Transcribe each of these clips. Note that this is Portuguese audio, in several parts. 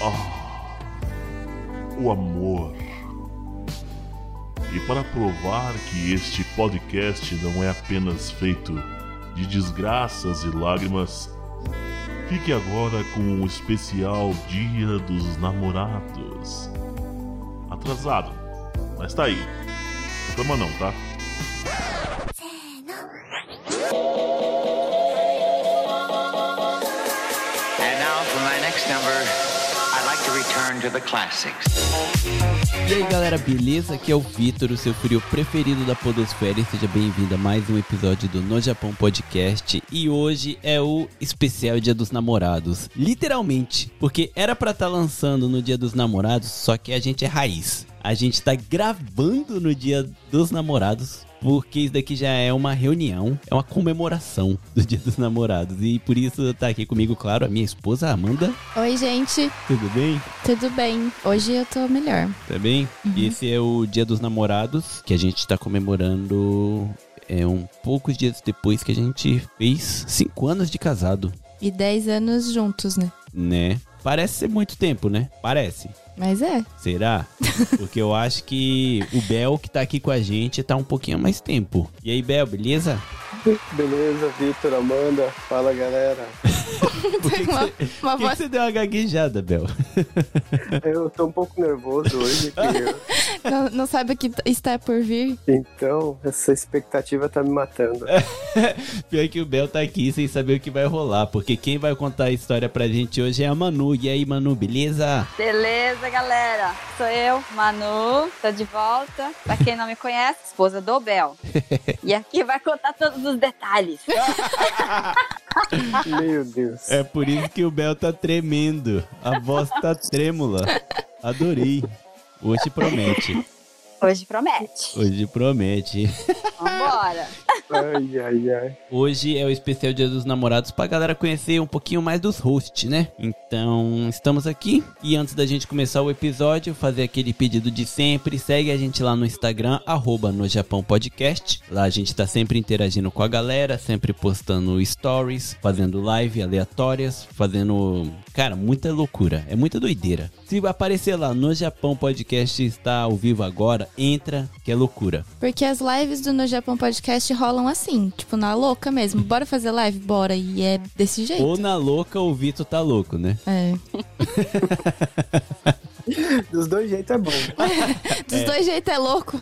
Ah, o amor. E para provar que este podcast não é apenas feito de desgraças e lágrimas, fique agora com o especial Dia dos Namorados. Atrasado, mas tá aí. Não Reclama não, tá? And now for my next number, I'd like to return to the classics. E aí galera, beleza? Aqui é o Vitor, o seu frio preferido da Podosfera e seja bem-vindo a mais um episódio do No Japão Podcast. E hoje é o especial Dia dos Namorados. Literalmente, porque era pra estar lançando no Dia dos Namorados, só que a gente é raiz. A gente tá gravando no Dia dos Namorados. Porque isso daqui já é uma reunião, é uma comemoração do Dia dos Namorados. E por isso tá aqui comigo, claro, a minha esposa Amanda. Oi, gente, Tudo bem? tudo bem? Hoje eu tô melhor. Tá bem? E esse é o Dia dos Namorados, que a gente tá comemorando é, um poucos dias depois que a gente fez cinco anos de casado, E 10 anos juntos, né? né? Parece ser muito tempo, né? Parece. Mas é. Será? Porque eu acho que o Bel que tá aqui com a gente tá um pouquinho mais tempo. E aí, Bel, beleza? Beleza, Vitor, Amanda, fala galera. Tem uma, uma Por que que voz. você deu uma gaguejada, Bel? Eu tô um pouco nervoso hoje, que eu- Não, não sabe o que t- está por vir? então essa expectativa tá me matando. Pior que o Bel tá aqui sem saber o que vai rolar, porque quem vai contar a história pra gente hoje é a Manu. E aí, Manu, beleza? Beleza, galera? Sou eu, Manu, tô de volta. Pra quem não me conhece, esposa do Bel. E aqui vai contar todos os detalhes. Meu Deus. É por isso que o Bel tá tremendo. A voz tá trêmula. Adorei. Hoje promete. Hoje promete. Hoje promete. Vambora. Ai, ai, ai. Hoje é o especial Dia dos Namorados pra galera conhecer um pouquinho mais dos hosts, né? Então, estamos aqui. E antes da gente começar o episódio, fazer aquele pedido de sempre. Segue a gente lá no Instagram, arroba no Japão Podcast. Lá a gente tá sempre interagindo com a galera, sempre postando stories, fazendo live aleatórias, fazendo... Cara, muita loucura. É muita doideira. Se aparecer lá no Japão Podcast está ao vivo agora, entra, que é loucura. Porque as lives do No Japão Podcast rolam assim, tipo, na louca mesmo. Bora fazer live? Bora. E é desse jeito. Ou na louca, ou o Vitor tá louco, né? É. Dos dois jeitos é bom. Dos dois jeitos é louco.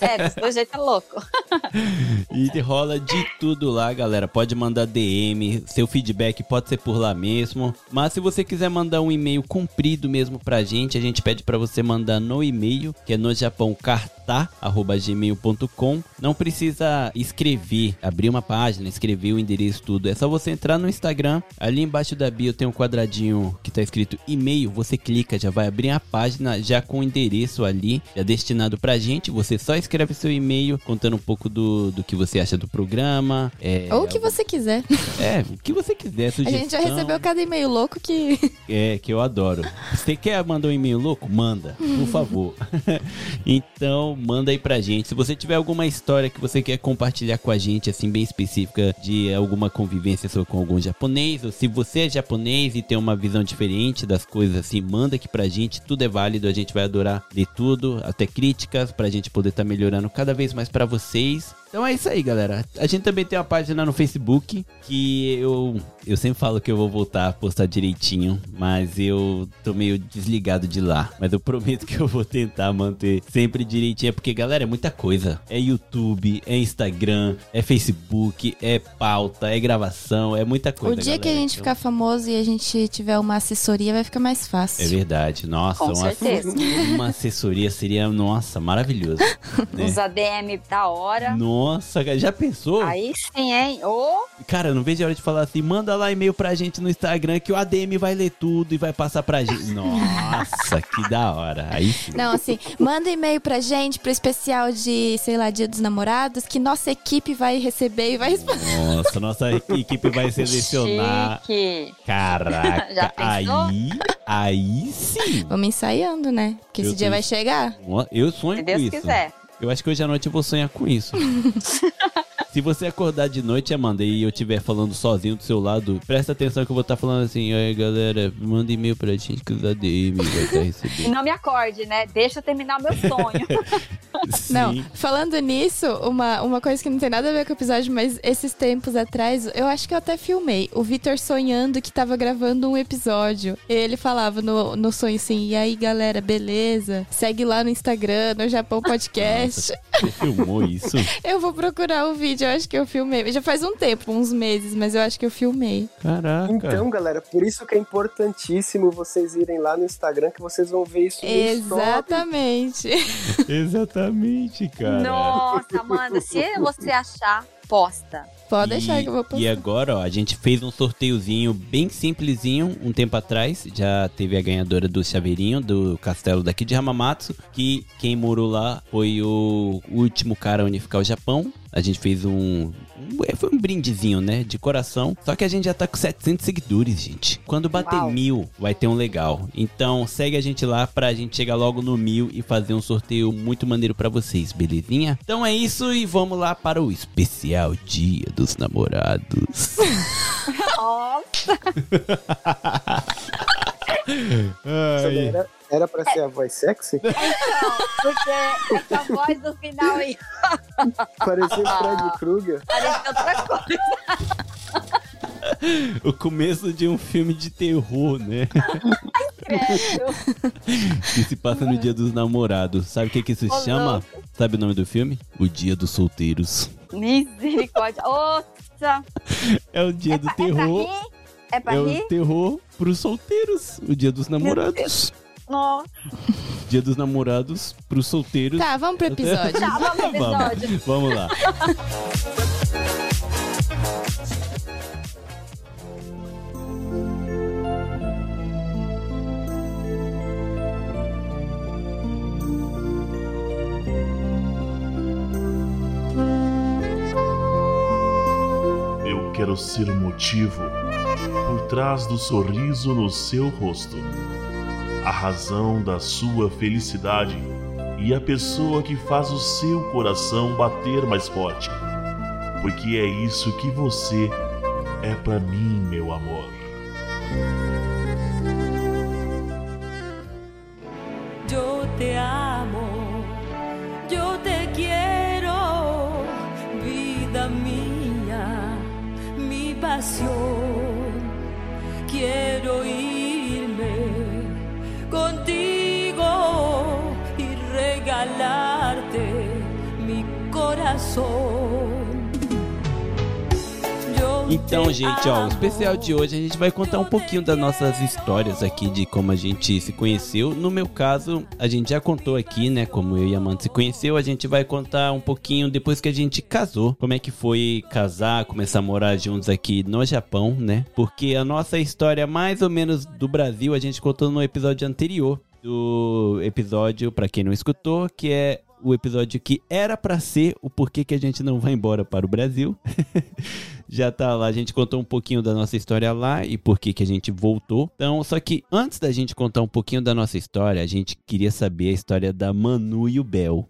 É, do jeito é louco. E rola de tudo lá, galera. Pode mandar DM, seu feedback pode ser por lá mesmo. Mas se você quiser mandar um e-mail comprido mesmo pra gente, a gente pede pra você mandar no e-mail, que é no japãocartá@gmail.com. Não precisa escrever, abrir uma página, escrever o endereço tudo. É só você entrar no Instagram, ali embaixo da bio tem um quadradinho que tá escrito e-mail, você clica, já vai abrir a página já com o endereço ali, já destinado pra gente. Você só escreve seu e-mail contando um pouco do, do que você acha do programa. É, Ou o que você quiser. É, o que você quiser, A sugestão. gente já recebeu cada e-mail louco que. É, que eu adoro. Você quer mandar um e-mail louco? Manda, por favor. então, manda aí pra gente. Se você tiver alguma história que você quer compartilhar com a gente, assim, bem específica, de alguma convivência sua com algum japonês, ou se você é japonês e tem uma visão diferente das coisas, assim, manda aqui pra gente. Tudo é válido, a gente vai adorar ler tudo, até críticas, pra gente poder estar melhorando cada vez mais pra vocês. Então é isso aí, galera. A gente também tem uma página no Facebook que eu eu sempre falo que eu vou voltar a postar direitinho, mas eu tô meio desligado de lá. Mas eu prometo que eu vou tentar manter sempre direitinho, porque galera, é muita coisa. É YouTube, é Instagram, é Facebook, é pauta, é gravação, é muita coisa. o dia que a galera. gente Então, ficar famoso e a gente tiver uma assessoria, vai ficar mais fácil. É verdade, nossa, Com uma, certeza. uma assessoria seria, nossa, maravilhoso. né? Os ADM da hora. Nossa, cara, já pensou? Aí sim, hein? Ô, Cara, eu não vejo a hora de falar assim, manda lá e-mail pra gente no Instagram que o ADM vai ler tudo e vai passar pra gente. Nossa, que da hora. Aí sim. Não, assim, manda e-mail pra gente pro especial de, sei lá, Dia dos Namorados, que nossa equipe vai receber e vai responder. Nossa, nossa equipe vai selecionar. chique. Já Caraca, pensou? aí, aí sim. Vamos ensaiando, né? Porque Eu esse dia tô- vai chegar. Eu Se sonho com Deus isso. quiser. Eu acho que hoje à noite eu vou sonhar com isso. Se você acordar de noite, Amanda, e eu estiver falando sozinho do seu lado, presta atenção que eu vou estar falando assim, aí galera, manda e-mail pra gente que os ADM vai estar E recebendo. não me acorde, né? Deixa eu terminar meu sonho. Sim. Não, falando nisso, uma, uma coisa que não tem nada a ver com o episódio, mas esses tempos atrás, eu acho que eu até filmei. O Vitor sonhando que tava gravando um episódio. Ele falava no, no sonho assim, e aí galera, beleza? Segue lá no Instagram, no Japão Podcast. Você filmou isso? eu vou procurar o vídeo, eu acho que eu filmei. Já faz um tempo, uns meses, mas eu acho que eu filmei. Caraca. Então, galera, por isso que é importantíssimo vocês irem lá no Instagram que vocês vão ver isso no story. Exatamente. Exatamente, cara. Nossa, Amanda, se você achar, posta. Pode deixar que eu vou postar. E é agora, ó, a gente fez um sorteiozinho bem simplesinho um tempo atrás. Já teve a ganhadora do chaveirinho do castelo daqui de Hamamatsu. Que quem morou lá foi o último cara a unificar o Japão. A gente fez um. um- é, Foi um brindezinho, né? De coração. Só que a gente já tá com 700 seguidores, gente. Quando bater Uau. mil, vai ter um legal. Então segue a gente lá pra gente chegar logo no mil e fazer um sorteio muito maneiro pra vocês, belezinha? Então é isso e vamos lá para o especial Dia dos Namorados. Ó, Essa daí Era, era pra ser a voz sexy? então, porque essa voz do final aí Parecia o Fred Krueger. parece outra coisa. o começo de um filme de terror, né? credo. Que se passa no Dia dos Namorados. Sabe o que que isso Ô, chama? Sabe o nome do filme? O Dia dos Solteiros. Misericórdia. Nossa. É o dia é, do pra, é pra terror. rir? É pra É o rir? terror pros solteiros. O dia dos namorados. Não. Dia dos namorados pros solteiros. Tá, vamos pro episódio. Tá, vamos pro episódio. Vamos, vamos lá. Eu quero ser o motivo por trás do sorriso no seu rosto, a razão da sua felicidade e a pessoa que faz o seu coração bater mais forte. Porque é isso que você é pra mim, meu amor. Yo te amo, yo te quiero, vida mía, mi pasión. Quiero irme contigo y regalarte mi corazón. Yo Então, te gente, ó, o amo, especial de hoje a gente vai contar um pouquinho das nossas histórias aqui de como a gente se conheceu. No meu caso, a gente já contou aqui, né, como eu e a Amanda se conheceu. A gente vai contar um pouquinho depois que a gente casou, como é que foi casar, começar a morar juntos aqui no Japão, né? Porque a nossa história mais ou menos do Brasil a gente contou no episódio anterior do episódio pra quem não escutou, que é o episódio que era pra ser o porquê que a gente não vai embora para o Brasil. já tá lá. A gente contou um pouquinho da nossa história lá e por que que a gente voltou. Então, só que antes da gente contar um pouquinho da nossa história, a gente queria saber a história da Manu e o Bel.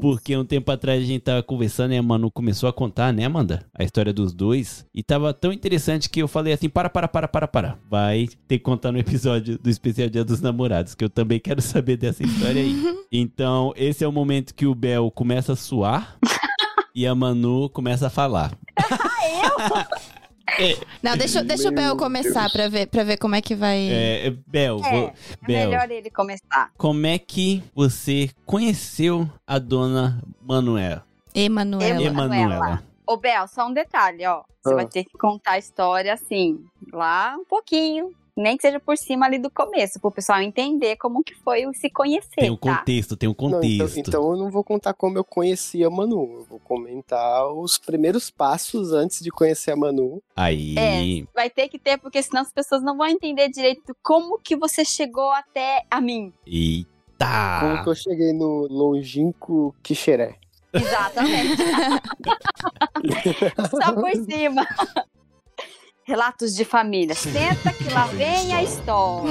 Porque um tempo atrás a gente tava conversando e a Manu começou a contar, né, Amanda? A história dos dois. E tava tão interessante que eu falei assim: para, para, para, para, para. Vai ter que contar no episódio do especial Dia dos Namorados, que eu também quero saber dessa história aí. então, esse é o momento que o Bel começa a suar. E a Manu começa a falar. Não, deixa, deixa o Meu Bel começar Deus. pra ver, pra ver como é que vai. É, é, Bel, É, vou- É Bel, melhor ele começar. como é que você conheceu a dona Manuela? Emanuela. Ema- Manuela. Emanuela. Ô, Bel, só um detalhe, ó. Você Ah. vai ter que contar a história, assim, lá um pouquinho. Nem que seja por cima ali do começo, pro pessoal entender como que foi o se conhecer, Tem um tá? contexto, tem um Não, então, contexto. então eu não vou contar como eu conheci a Manu. Eu vou comentar os primeiros passos antes de conhecer a Manu. Aí, Vai ter que ter, porque senão as pessoas não vão entender direito como que você chegou até a mim. Como que eita! eu cheguei no longínquo Quixeré. Exatamente. Só por cima. Relatos de família. Senta que lá vem a história.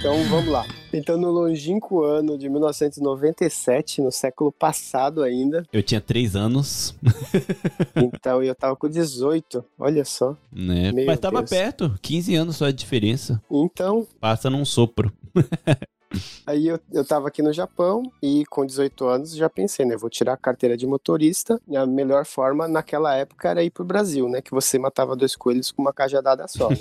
Então vamos lá. Então, no longínquo ano de 1997, no século passado ainda, Eu tinha três anos, então eu tava com 18, olha só. né? Meu Mas tava Deus. perto, 15 anos só de diferença. Então, Passa num sopro. Aí eu, eu tava aqui no Japão e com 18 anos já pensei, né? Vou tirar a carteira de motorista. E a melhor forma naquela época era ir pro Brasil, né? Que você matava dois coelhos com uma cajadada só. né?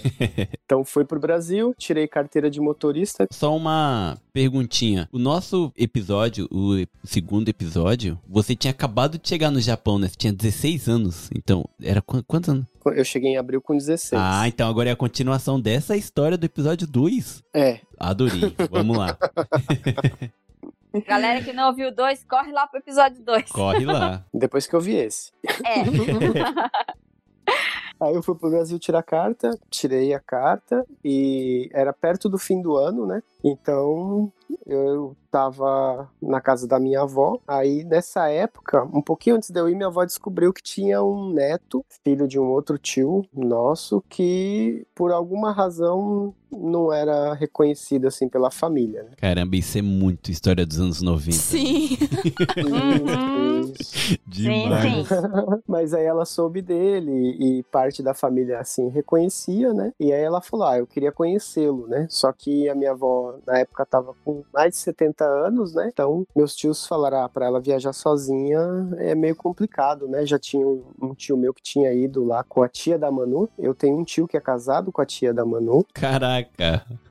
então fui pro Brasil, tirei carteira de motorista. Só uma perguntinha. O nosso episódio, o e- segundo episódio, você tinha acabado de chegar no Japão, né? Você tinha 16 anos. Então, era qu- quantos anos? Eu cheguei em abril com 16. Ah, então agora é a continuação dessa história do episódio 2. É. Adorei. Vamos lá. Galera que não ouviu o 2, corre lá pro episódio 2. Corre lá. Depois que eu vi esse. É. Aí eu fui pro Brasil tirar a carta, tirei a carta e era perto do fim do ano, né? Então eu tava na casa da minha avó. Aí nessa época, um pouquinho antes de eu ir, minha avó descobriu que tinha um neto, filho de um outro tio nosso, que por alguma razão não era reconhecido assim pela família, né? Caramba, isso é muito história dos anos 90. Sim. Uhum. Isso. sim, sim. Mas aí ela soube dele e parte da família assim reconhecia, né? E aí ela falou: "Ah, eu queria conhecê-lo, né?" Só que a minha avó na época tava com mais de 70 anos, né? Então, meus tios falaram: "Ah, para ela viajar sozinha é meio complicado, né?" Já tinha um, um tio meu que tinha ido lá com a tia da Manu. Eu tenho um tio que é casado com a tia da Manu Caraca.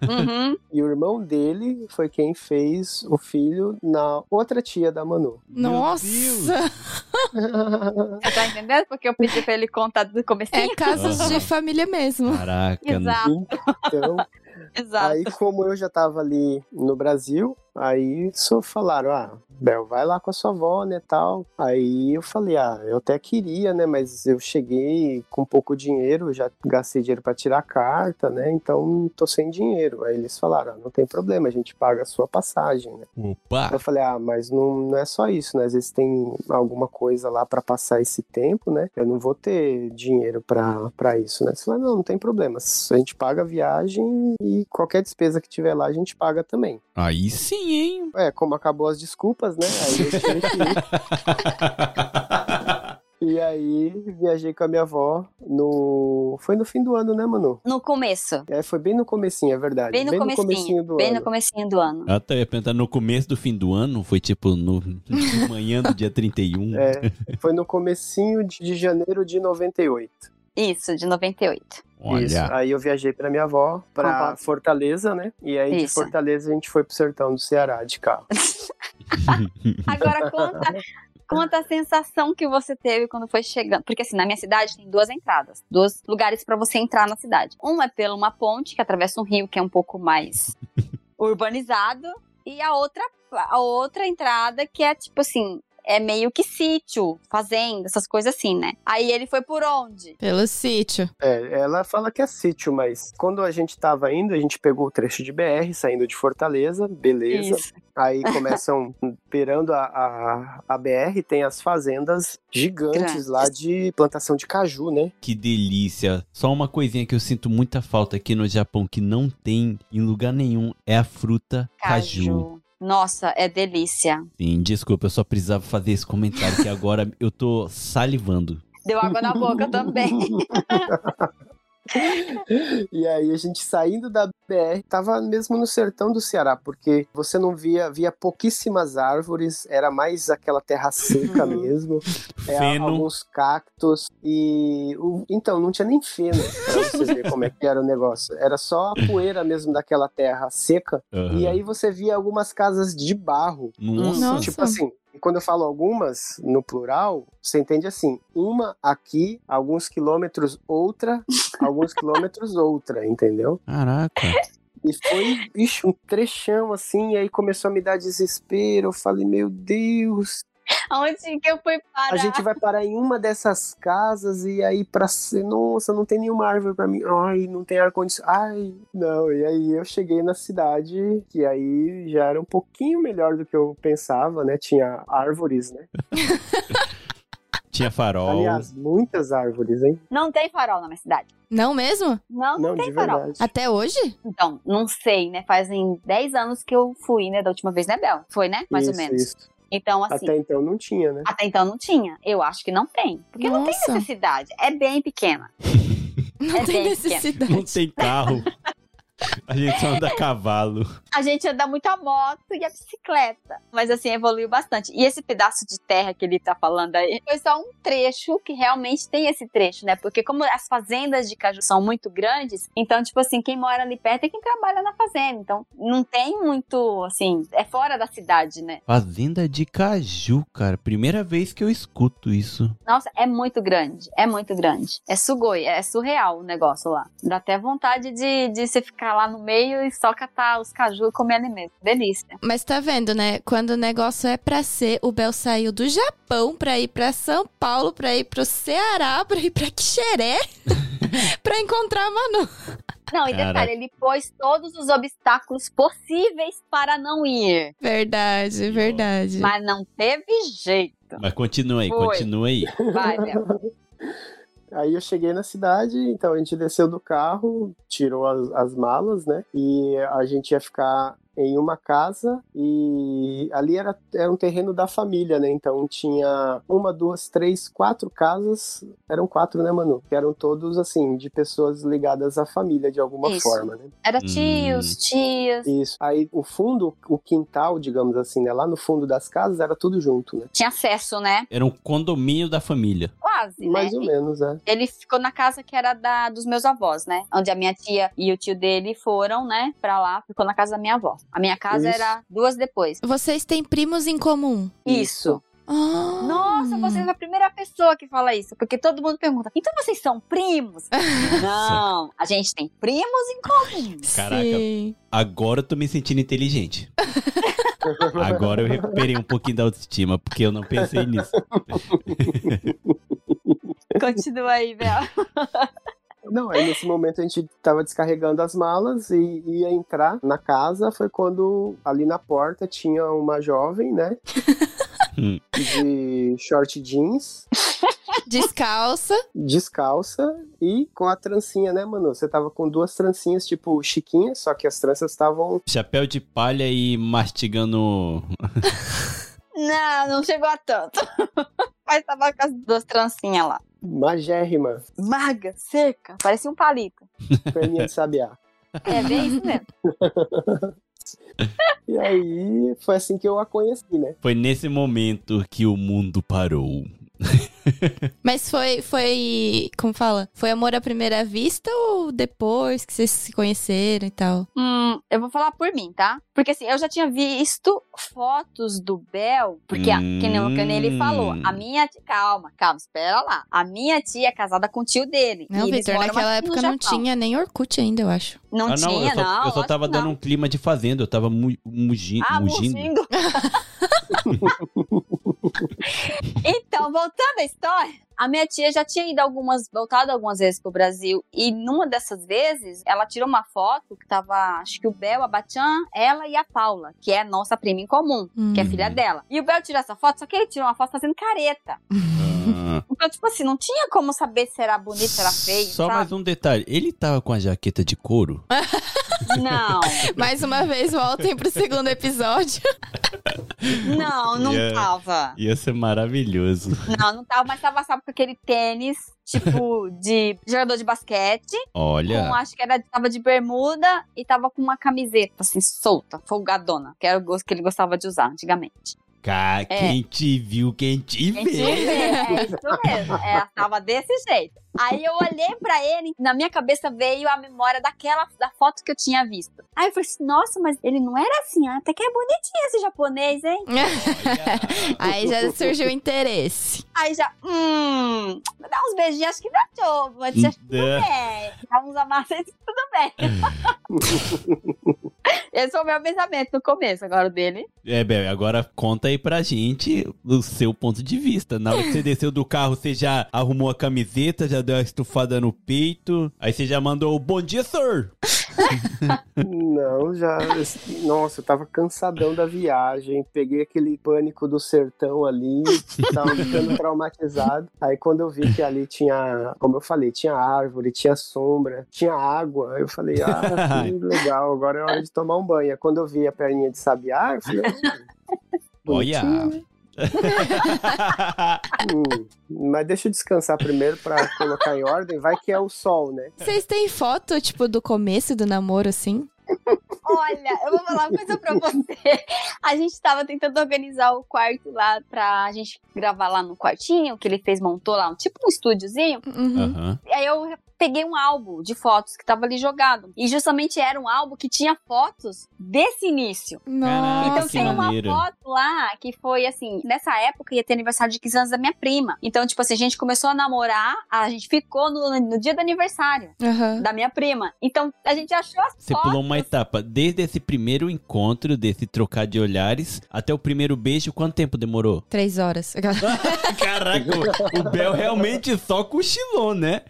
Uhum. e o irmão dele foi quem fez o filho na outra tia da Manu. Meu Nossa. Você tá entendendo? Porque eu pedi pra ele contar do É comecinho? casos Aham. de família mesmo. Caraca. né? Exato, Então, exato. Aí, como eu já tava ali no Brasil, aí só falaram, ah, Bel, vai lá com a sua avó, né, tal. Aí eu falei, ah, eu até queria, né, mas eu cheguei com pouco dinheiro, já gastei dinheiro pra tirar a carta, né, então tô sem dinheiro. Aí eles falaram, ah, não tem problema, a gente paga a sua passagem, né. Opa. Eu falei, ah, mas não, não é só isso, né, às vezes tem alguma coisa lá pra passar esse tempo, né, eu não vou ter dinheiro pra pra isso, né. Eles falaram, não, não tem problema, a gente paga a viagem e qualquer despesa que tiver lá a gente paga também. Aí sim, hein? É, como acabou as desculpas, né? Aí eu tive que ir. E aí viajei com a minha avó no. Foi no fim do ano, né, Manu? No começo. É, foi bem no comecinho, é verdade. Tá. Bem no comecinho. do bem ano. no comecinho do ano. Eu até ia perguntar no começo do fim do ano, foi tipo no de manhã do dia 31. É, foi no comecinho de de janeiro de 98. Isso, de 98. Olha. Isso. Aí eu viajei pra minha avó, pra avó. Fortaleza, né? E aí de Isso. Fortaleza a gente foi pro sertão do Ceará de carro. Agora conta, conta a sensação que você teve quando foi chegando. Porque assim, na minha cidade tem duas entradas, dois lugares pra você entrar na cidade. Um é pela uma ponte que atravessa um rio que é um pouco mais urbanizado e a outra a outra entrada que é tipo assim, é meio que sítio, fazenda, essas coisas assim, né? Aí ele foi por onde? Pelo sítio. É, ela fala que é sítio, mas quando a gente tava indo, a gente pegou o trecho de BR saindo de Fortaleza, beleza. Isso. Aí começam, perando a, a, a BR, tem as fazendas gigantes Grandes. lá de plantação de caju, né? Que delícia. Só uma coisinha que eu sinto muita falta aqui no Japão que não tem em lugar nenhum é a fruta caju. Nossa, é delícia. Sim, desculpa, eu só precisava fazer esse comentário que agora eu tô salivando. Deu água na boca também. E aí a gente saindo da BR, tava mesmo no sertão do Ceará, porque você não via, via pouquíssimas árvores, era mais aquela terra seca Uhum. mesmo, é, Feno. alguns cactos e o- então não tinha nem feno, pra vocês verem como é que era o negócio. Era só a poeira mesmo daquela terra seca. Aham. E aí você via algumas casas de barro Nossa. Nossa. Tipo assim, e quando eu falo algumas, no plural, você entende assim, uma aqui, alguns quilômetros outra, alguns quilômetros outra, entendeu? Caraca. E foi, bicho, um trechão assim, e aí começou a me dar desespero, eu falei, meu Deus, Onde que eu fui parar? a gente vai parar em uma dessas casas, e aí pra ser, nossa, não tem nenhuma árvore pra mim, ai, não tem ar-condicionado, ai, não, e aí eu cheguei na cidade, que aí já era um pouquinho melhor do que eu pensava, né, tinha árvores, né, tinha farol. Aliás, muitas árvores, hein? Não tem farol na minha cidade. Não mesmo? Não, não, Não, de tem farol. verdade. Até hoje? Então, não sei, né? Fazem 10 anos que eu fui, né? Da última vez, né, Bel? Foi, né? Mais isso, ou menos. Isso. Então, assim. Até então não tinha, né? Até então não tinha. Eu acho que não tem. Porque não tem Nossa. necessidade. É bem pequena. Não É tem bem necessidade. Não tem carro. A gente só anda a cavalo. A gente anda muito a moto e a bicicleta. Mas assim, evoluiu bastante. E esse pedaço de terra que ele tá falando aí foi só um trecho que realmente tem esse trecho, né? Porque como as fazendas de caju são muito grandes, então, tipo assim, quem mora ali perto é quem trabalha na fazenda. Então, não tem muito, assim, é fora da cidade, né? Fazenda de caju, cara. Primeira vez que eu escuto isso. Nossa, é muito grande, é muito grande. É sugoi, é surreal o negócio lá. Dá até vontade de, de você ficar lá no meio e só catar os caju e comer ali mesmo. Delícia. Mas tá vendo, né? Quando o negócio é pra ser, o Bel saiu do Japão pra ir pra São Paulo, pra ir pro Ceará, pra ir pra Quixeré, pra encontrar a Manu. Não, e Caraca. detalhe, ele pôs todos os obstáculos possíveis para não ir. Verdade, verdade. Mas não teve jeito. Mas continua aí, Foi. continua aí. Vai, Bel. Aí eu cheguei na cidade, então a gente desceu do carro, tirou as, as malas, né? E a gente ia ficar em uma casa e ali era, era um terreno da família, né? Então tinha uma, duas, três, quatro casas, eram quatro, né, Manu? Que eram todos, assim, de pessoas ligadas à família de alguma Isso. forma, né? Era Hum. tios, tias. Isso. Aí o fundo, o quintal, digamos assim, né? Lá no fundo das casas era tudo junto, né? Tinha acesso, né? Era um condomínio da família. Quase, Mais né? ou menos, né? Ele ficou na casa que era da, dos meus avós, né? Onde a minha tia e o tio dele foram, né? Pra lá, ficou na casa da minha avó. A minha casa Isso. era duas depois. Vocês têm primos em comum. Isso. Ah. Nossa, você é a primeira pessoa que fala isso, porque todo mundo pergunta: então vocês são primos? Não, a gente tem primos em comum. Caraca. Sim. Agora eu tô me sentindo inteligente. Agora eu recuperei um pouquinho da autoestima, porque eu não pensei nisso. Continua aí, Bel. Não, aí nesse momento a gente tava descarregando as malas e ia entrar na casa. Foi quando ali na porta tinha uma jovem, né? Hum. de short jeans, Descalça. descalça e com a trancinha, né, Manu? Você tava com duas trancinhas, tipo chiquinhas, só que as tranças estavam. Chapéu de palha e mastigando. Não, não chegou a tanto. Mas tava com as duas trancinhas lá. magérrima, Maga, seca, parecia um palito. perninha de sabiá. É bem isso mesmo. E aí foi assim que eu a conheci, né? Foi nesse momento que o mundo parou. Mas foi, foi. Como fala? Foi amor à primeira vista ou depois que vocês se conheceram e tal? Hum, eu vou falar por mim, tá? Porque assim, eu já tinha visto fotos do Bel, porque a- que, nem, que nem Hum. ele falou, a minha tia, calma, calma, espera lá. A minha tia é casada com o tio dele. Não, e eles Vitor, moram naquela aqui no época não Japão. tinha nem Orkut ainda, eu acho. Não ah, não, tinha, eu só, eu não. só lógico tava que dando não. um clima de fazenda, eu tava mu mugi Ah, mugindo. mugindo. então, voltando à história, a minha tia já tinha ido algumas, voltado algumas vezes pro Brasil. E numa dessas vezes, ela tirou uma foto que tava, acho que o Bel, a Batian, ela e a Paula, que é nossa prima em comum, Hum. que é Uhum. filha dela. E o Bel tirou essa foto, só que ele tirou uma foto fazendo careta. Ah. Então, tipo assim, não tinha como saber se era bonito, se era feio, Só sabe? mais um detalhe, ele tava com a jaqueta de couro? um Não, Mais uma vez, voltem pro segundo episódio. não, não Yeah. tava. Ia ser maravilhoso. Não, não tava, mas tava, sabe, com aquele tênis, tipo, de jogador de basquete. Com, Olha, acho que era, tava de bermuda e tava com uma camiseta, assim, solta, folgadona, que era o gosto que ele gostava de usar antigamente. É. cá, quem te viu, quem te Gente, vê. é isso mesmo. É, tava desse jeito. Aí eu olhei pra ele, na minha cabeça veio a memória daquela, da foto que eu tinha visto. Aí eu falei assim, nossa, mas ele não era assim, ah, até que é bonitinho esse japonês, hein? Aí já surgiu o interesse. Aí já, hum, dá uns beijinhos, acho que dá jogo, mas acho que tudo Dá. bem. Dá uns amassos, tudo bem. Esse foi o meu pensamento no começo, agora o dele. É, Bel, agora conta aí pra gente o seu ponto de vista. Na hora que você desceu do carro, você já arrumou a camiseta, já deu uma estufada no peito, aí você já mandou o bom dia, sir. Não, já. Nossa, eu tava cansadão da viagem. Peguei aquele pânico do sertão ali, tava ficando traumatizado. Aí quando eu vi que ali tinha, como eu falei, tinha árvore, tinha sombra, tinha água. Eu falei, ah, que legal, agora é hora de tomar um banho. Aí quando eu vi a perninha de sabiá, eu falei, Olha! hum, mas deixa eu descansar primeiro pra colocar em ordem. Vai que é o sol, né? Vocês têm foto, tipo, do começo do namoro, assim? Olha, eu vou falar uma coisa pra você. A gente tava tentando organizar o quarto lá pra gente gravar lá no quartinho, que ele fez, montou lá, um- tipo um estúdiozinho. Uhum. Aham. E aí eu peguei um álbum de fotos que tava ali jogado. E justamente era um álbum que tinha fotos desse início. Caraca, Então Nossa, que tem uma maneiro. foto lá que foi assim, nessa época ia ter aniversário de 15 anos da minha prima. Então, tipo assim, a gente começou a namorar, a gente ficou no, no dia do aniversário Aham. da minha prima. Então, a gente achou as Você fotos. pulou uma etapa. Desde esse primeiro encontro, desse trocar de olhares, até o primeiro beijo, quanto tempo demorou? Três horas. Caraca, o- o Bel realmente só cochilou, né?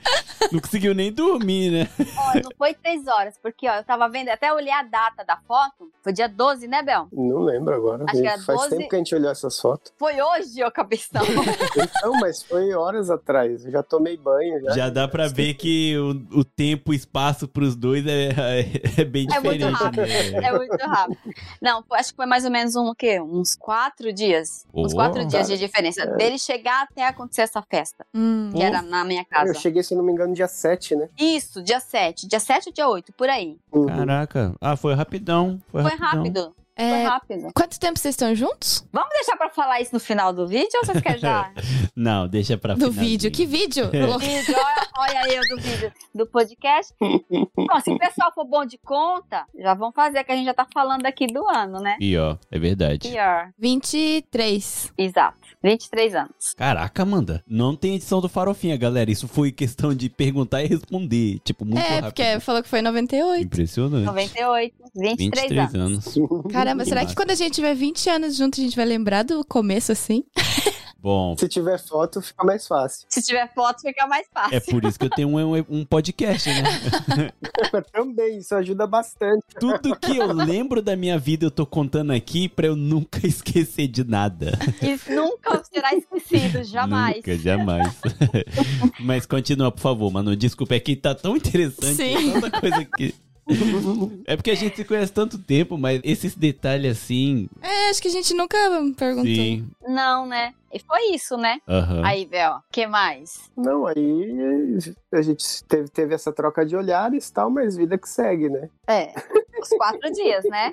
Não conseguiu nem dormir, né? Ó, não foi três horas, porque ó, eu tava vendo, até olhei a data da foto. Foi dia 12, né, Bel? Não lembro agora. Acho que era Faz 12. tempo que a gente olhou essas fotos. Foi hoje, ô cabeção. Então, mas foi horas atrás. Eu já tomei banho. Já, Já dá pra ver que o, o tempo e espaço pros dois é, é- é bem É muito diferente, né? é muito rápido. Não, foi- acho que foi mais ou menos um o quê? Uns quatro dias. Uns Oh. quatro dias de diferença. Dele chegar até acontecer essa festa, Hum. que era na minha Eu casa. cheguei, se eu não me engano, dia 7, né? Isso, dia 7. Dia 7 ou dia 8, por aí. Uhum. Caraca. Ah, foi rapidão. Foi, Foi rapidão. rápido. Foi É, rápido. quanto tempo vocês estão juntos? Vamos deixar pra falar isso no final do vídeo ou vocês querem já? Não, deixa pra Do finalzinho. vídeo. Que vídeo? É. Louco. vídeo, olha, olha eu do vídeo do podcast. Bom, se o pessoal for bom de conta, já vão fazer, que a gente já tá falando aqui do ano, né? E ó, é verdade. Pior. 23. Exato. 23 anos. Caraca, Amanda. Não tem edição do Farofinha, galera. Isso foi questão de perguntar e responder. Tipo, muito é, rápido. porque falou que foi em 98. Impressionante. 98. 23, 23 anos. anos. Caramba, Que será massa. que quando a gente tiver 20 anos junto, a gente vai lembrar do começo assim? Bom, Se tiver foto, fica mais fácil. Se tiver foto, fica mais fácil. é por isso que eu tenho um, um podcast, né? Também, isso ajuda bastante. Tudo que eu lembro da minha vida eu tô contando aqui pra eu nunca esquecer de nada. Isso nunca será esquecido, jamais. Nunca, jamais. Mas continua, por favor, Manu. Desculpa, é que tá tão interessante. Sim. Tanta coisa que... É porque a gente se conhece tanto tempo, mas esses detalhes assim. É, acho que a gente nunca perguntou. Sim. Não, né? E foi isso, né? Aham. Aí, Bel, o que mais? Não, aí a gente teve, teve essa troca de olhares e tal, mas vida que segue, né? É, os quatro dias, né?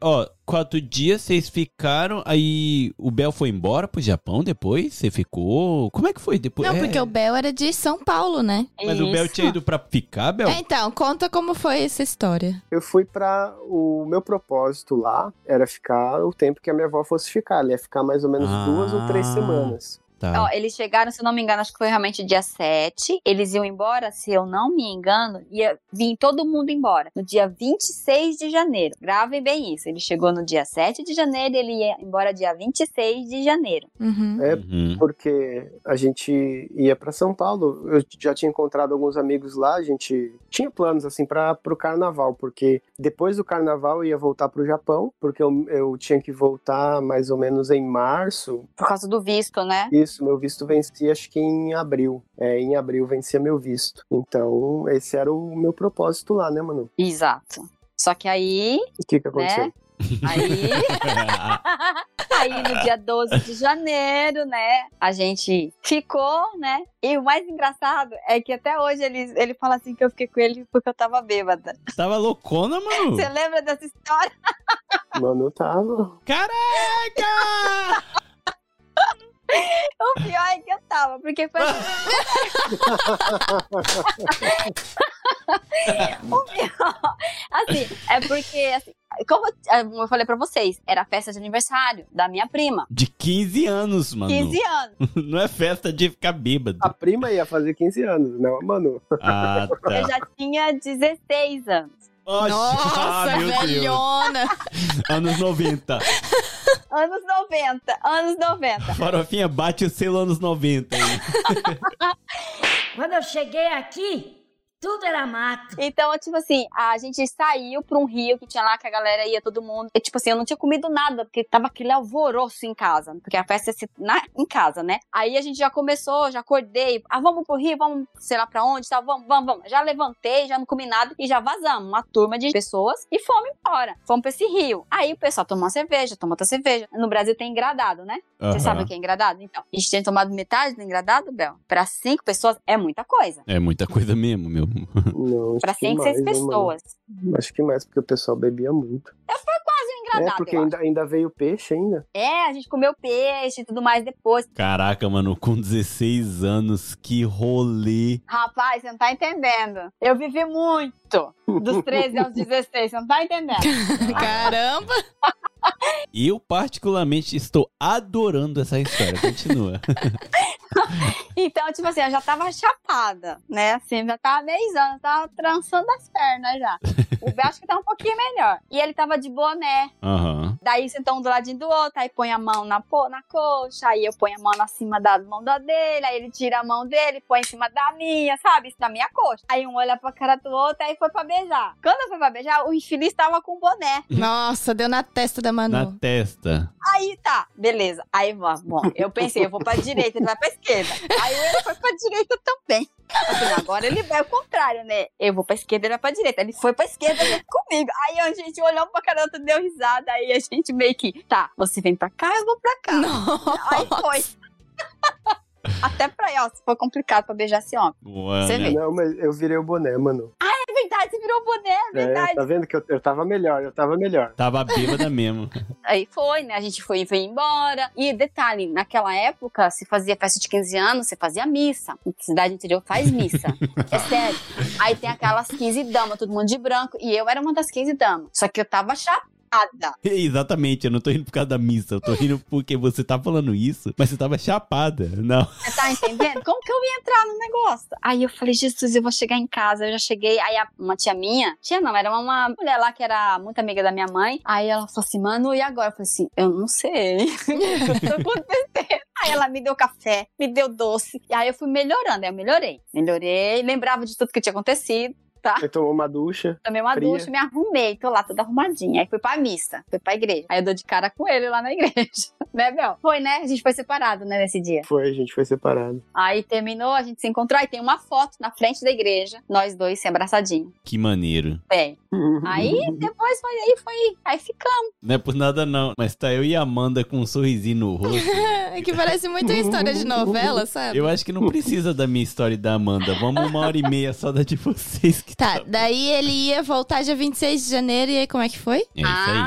Ó, quatro dias vocês ficaram, aí o Bel foi embora pro Japão depois? Você ficou? Como é que foi depois? Não, É, porque o Bel era de São Paulo, né? Mas o Bel Isso. tinha ido pra ficar, Bel? É, então, conta como foi essa história. Eu fui pra. O meu propósito lá era ficar o tempo que a minha avó fosse ficar. Ela ia ficar mais ou menos Ah. duas ou três semanas. Ó, Tá. eles chegaram, se eu não me engano, acho que foi realmente dia 7. Eles iam embora, se eu não me engano, ia vir todo mundo embora. No dia 26 de janeiro. Gravem bem isso. Ele chegou no dia 7 de janeiro e ele ia embora dia 26 de janeiro. Uhum. É. Uhum. Porque a gente ia pra São Paulo, eu já tinha encontrado alguns amigos lá, a gente tinha planos assim para o carnaval, porque depois do carnaval eu ia voltar pro Japão, porque eu, eu tinha que voltar mais ou menos em março, Por causa do visto, né? Isso, meu visto vencia acho que em abril. É, em abril vencia meu visto. Então, esse era o meu propósito lá, né, mano? Exato. Só que aí. O que que aconteceu? Né? Aí. Aí no dia 12 de janeiro, né? A gente ficou, né? E o mais engraçado é que até hoje ele, ele fala assim que eu fiquei com ele porque eu tava bêbada. Tava loucona, mano. Você lembra dessa história? Mano, eu tava. Caraca! O pior é que eu tava, porque foi. assim. o pior. Assim, é porque, assim, como eu eu falei pra vocês, era a festa de aniversário da minha prima. De 15 anos, mano. 15 anos. Não é festa de ficar bêbado. A prima ia fazer 15 anos, não, mano. Ah, Eu tá. já tinha 16 anos. Oxe, Nossa, ah, meu Deus. velhona! Anos 90. Anos 90, anos 90. Farofinha bate o selo anos 90. aí. Quando eu cheguei aqui, Tudo era mato. Então, tipo assim, a gente saiu pra um rio que tinha lá, que a galera ia, todo mundo. E, tipo assim, eu não tinha comido nada, porque tava aquele alvoroço em casa. Porque a festa ia ser na, em casa, né? Aí a gente já começou, já acordei. Ah, vamos pro rio, vamos, sei lá pra onde, tá? Vamos, vamos, vamos. Já levantei, já não comi nada e já vazamos. Uma turma de pessoas e fomos embora. Fomos pra esse rio. Aí o pessoal tomou uma cerveja, tomou outra cerveja. No Brasil tem engradado, né? Você sabe o que é engradado? Então, a gente tinha tomado metade do engradado, Bel. Pra cinco pessoas é muita coisa. É muita coisa mesmo, meu. Não, acho Pra que cinco, seis mais, né, pessoas. mano? Acho que mais, porque o pessoal bebia muito. Quase um engradado. é, porque eu acho. ainda, ainda veio peixe ainda. É, a gente comeu peixe e tudo mais depois. Caraca, mano, com 16 anos, que rolê. Rapaz, você não tá entendendo. Eu vivi muito dos 13 aos 16, você não tá entendendo. Caramba! Eu, particularmente, estou adorando essa história. Continua. Então, tipo assim, eu já tava chapada, né? Assim, já tava meizando, tava trançando as pernas já. O Bé acho que tá um pouquinho melhor. E ele tava de boné. Aham. Daí sentou um do ladinho do outro, aí põe a mão na, po- na coxa, aí eu ponho a mão na cima da mão da dele, aí ele tira a mão dele, põe em cima da minha, sabe? Isso da minha coxa. Aí um olha pra cara do outro, aí foi pra beijar. Quando foi pra beijar, o infeliz tava com boné. Nossa, deu na testa da Manu. Na testa. Aí tá, beleza. Aí, bom, bom, eu pensei, eu vou pra direita, ele vai pra esquerda. Aí ele foi pra direita também. Assim, agora ele vai ao contrário, né? Eu vou pra esquerda, ele vai pra direita. Ele foi pra esquerda junto comigo. Aí a gente olhou pra cara do outro, deu risada. Aí a gente meio que, tá, você vem pra cá, eu vou pra cá. Aí foi. Até pra ela, se foi complicado pra beijar esse homem. Ué, Você né? vê. Não, mas eu virei o boné, mano. É verdade, você virou boné, é É, verdade. tá vendo que eu, eu tava melhor, eu tava melhor. Tava bêbada mesmo. Aí foi, né? A gente foi, foi embora. E detalhe, naquela época, se fazia festa de 15 anos, você fazia missa. Cidade interior faz missa. é sério. Aí tem aquelas 15 damas, todo mundo de branco. E eu era uma das 15 damas. Só que eu tava chapada. Exatamente, eu não tô rindo por causa da missa. Eu tô rindo porque você tá falando isso, mas você tava chapada. Não. Você tá entendendo? Como que eu ia entrar no negócio? Aí eu falei, Jesus, eu vou chegar em casa. Eu já cheguei. Aí a- uma tia minha, tia não, era uma mulher lá que era muito amiga da minha mãe. Aí ela falou assim, mano, e agora? Eu falei assim, eu não sei. O que tá acontecendo? Aí ela me deu café, me deu doce. E aí eu fui melhorando. Aí eu melhorei. Melhorei, lembrava de tudo que tinha acontecido. Eu tomou uma ducha. Tomei uma Fria. ducha, me arrumei, tô lá toda arrumadinha. Aí fui pra missa, fui pra igreja. Aí eu dou de cara com ele lá na igreja. Né, Bel? Foi, né? A gente foi separado, né, nesse dia. Foi, a gente foi separado. Aí terminou, a gente se encontrou. Aí tem uma foto na frente da igreja, nós dois se abraçadinhos. Que maneiro. Bem, aí Uhum. depois foi, aí foi, aí ficamos. Não é por nada, não. Mas tá eu e a Amanda com um sorrisinho no rosto. É que parece muito uma história de novela, sabe? Eu acho que não precisa da minha história e da Amanda. Vamos uma hora e meia só da de vocês que Tá, daí ele ia voltar dia 26 de janeiro e aí como é que foi? É isso aí.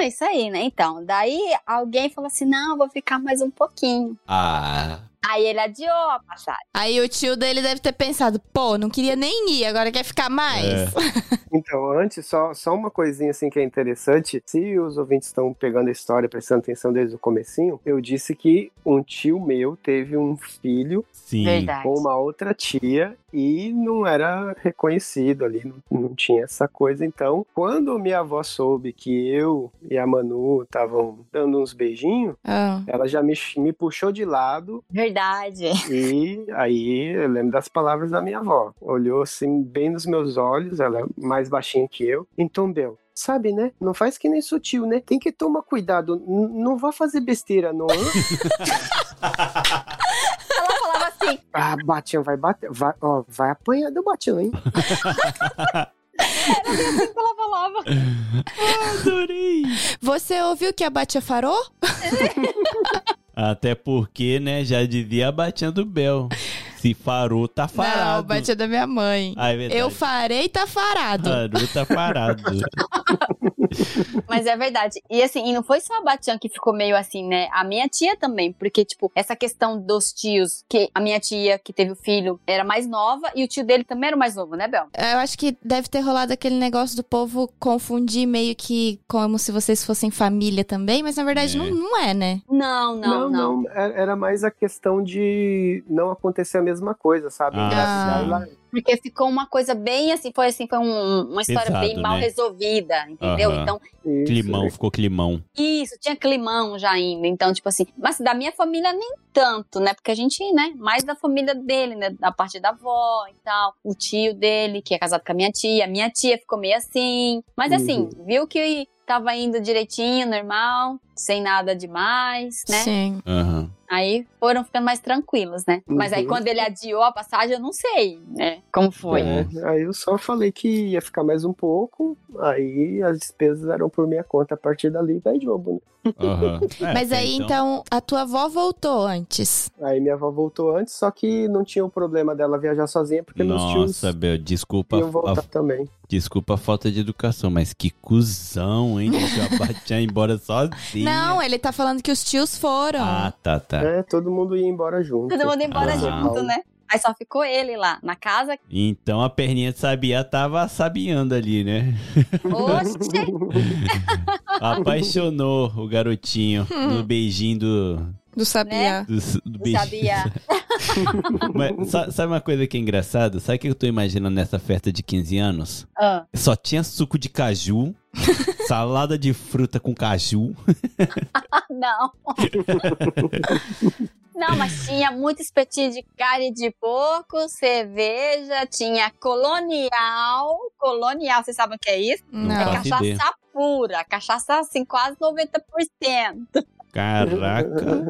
Ah, isso aí, né? Então, daí alguém falou assim: não, eu vou ficar mais um pouquinho. Ah, Aí ele adiou a passagem. Aí o tio dele deve ter pensado, pô, não queria nem ir, agora quer ficar mais. É. Então, antes, só, só uma coisinha assim que é interessante. Se os ouvintes estão pegando a história, prestando atenção desde o comecinho, eu disse que um tio meu teve um filho sim. Verdade. com uma outra tia e não era reconhecido ali, não, não tinha essa coisa. Então, quando minha avó soube que eu e a Manu estavam dando uns beijinhos, Ah. ela já me, me puxou de lado Verdade. E aí eu lembro das palavras da minha avó. Olhou assim bem nos meus olhos, ela é mais baixinha que eu. Então, Bel, sabe, né? Não faz que nem sutil, né? Tem que tomar cuidado. N- não vá fazer besteira, não. hein? Ela falava assim: ah, Batinho vai bater. Vai, ó, vai apanhar do Batinho, hein? ela falava. Adorei. Você ouviu que a Batia farou? Até porque, né, já dizia a batinha do Bel. Se farou, tá Não, a farado. Batia da minha mãe. Ah, é verdade. Eu farei, tá farado. Farou, tá farado. Mas é verdade. E assim, e não foi só a Batian que ficou meio assim, né? A minha tia também, porque, tipo, essa questão dos tios, que a minha tia que teve o filho era mais nova e o tio dele também era mais novo, né, Bel? é. Eu acho que deve ter rolado aquele negócio do povo confundir meio que como se vocês fossem família também, mas na verdade É. Não, não é, né? Não, É, não, não. não. Era era mais a questão de não acontecer a mesma coisa, sabe? Ah, Engravidar sim. e lar- Porque ficou uma coisa bem assim, foi assim, foi um- uma história Pesado, bem mal né? resolvida, entendeu? Aham. Então, Isso, Climão, ficou climão. isso, tinha climão já ainda, então, tipo assim, mas da minha família nem tanto, né? Porque a gente, né, mais da família dele, né? Da parte da avó e tal, o tio dele, que é casado com a minha tia, a minha tia ficou meio assim. Mas assim, viu que tava indo direitinho, normal, sem nada demais, né? Sim. Aham. Aí foram ficando mais tranquilos, né? Mas aí Uhum. quando ele adiou a passagem, eu não sei, né? Como foi. É. Aí eu só falei que ia ficar mais um pouco, aí as despesas eram por minha conta a partir dali, vai jogo, né? Aham. É, Mas até aí, então, a tua avó voltou antes. né? Aí minha avó voltou antes, só que não tinha o problema dela viajar sozinha, então, porque meus Nossa, é tios Bel, desculpa, iam a, voltar também. desculpa a falta de educação, mas que cuzão, hein? Deixou a Batian ir embora sozinha. Não, ele tá falando que os tios foram. Ah, tá, tá. É, todo mundo ia embora junto. Todo mundo embora Ah. junto, né? Aí só ficou ele lá na casa. Então a perninha de Sabiá tava sabiando ali, né? Oxe, Apaixonou o garotinho no beijinho do. Do Sabiá. do, do não beijinho. sabia. Mas sa- sabe uma coisa que é engraçada? Sabe o que eu tô imaginando nessa festa de 15 anos? Ah, Só tinha suco de caju, salada de fruta com caju. não. Não, mas tinha muito espetinho de carne de porco, cerveja, tinha colonial. Colonial, vocês sabem o que é isso? É Não. tá. Não. faço ideia. cachaça pura, cachaça assim, quase 90%. Caraca.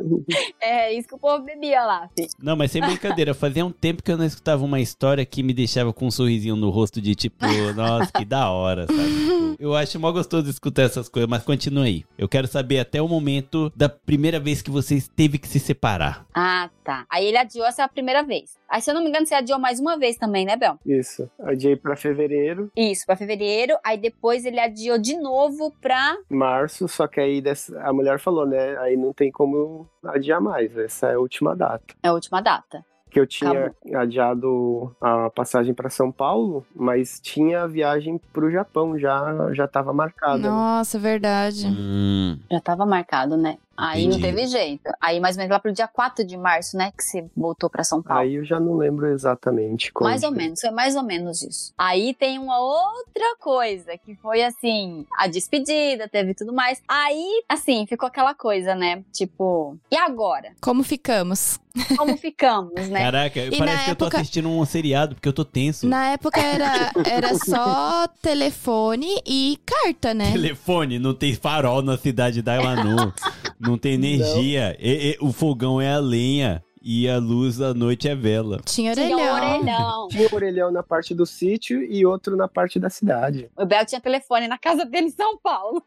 É isso que o povo bebia lá. Assim. Não, mas sem brincadeira, fazia um tempo que eu não escutava uma história que me deixava com um sorrisinho no rosto de tipo, nossa, que da hora, sabe? Tipo, Eu acho mó gostoso escutar essas coisas, mas continua aí. Eu quero saber até o momento da primeira vez que vocês teve que se separar. Ah, tá. Aí ele adiou essa primeira vez. Aí, se eu não me engano, você adiou mais uma vez também, né, Bel? Isso. Adiei pra fevereiro, Isso, pra fevereiro. Aí depois ele adiou de novo pra. março, só que aí dessa- a mulher falou, né? Aí não tem como adiar mais, essa é a última data. É a última data. Que eu tinha adiado a passagem pra São Paulo, mas tinha a viagem pro Japão já, já tava marcada. né? Nossa, verdade. Hum, Já tava marcado, né? Aí não Entendi. teve jeito. Aí mais ou menos lá pro dia 4 de março, né? Que você voltou pra São Paulo. Aí eu já não lembro exatamente como. Mais ou menos, foi mais ou menos isso. Aí tem uma outra coisa, que foi assim, a despedida, teve tudo mais. Aí, assim, ficou aquela coisa, né? Tipo, e agora? Como ficamos? Como ficamos, né? Caraca, parece que eu tô época- assistindo um seriado, porque eu tô tenso. Na época era, era só telefone e carta, É. né? Telefone, não tem farol na cidade da Manu. não tem energia. E- e- o fogão é a lenha e a luz da noite é vela. Tinha Tinha um orelhão. orelhão. Um orelhão na parte do sítio e outro na parte da cidade. O Bel tinha telefone na casa dele em São Paulo.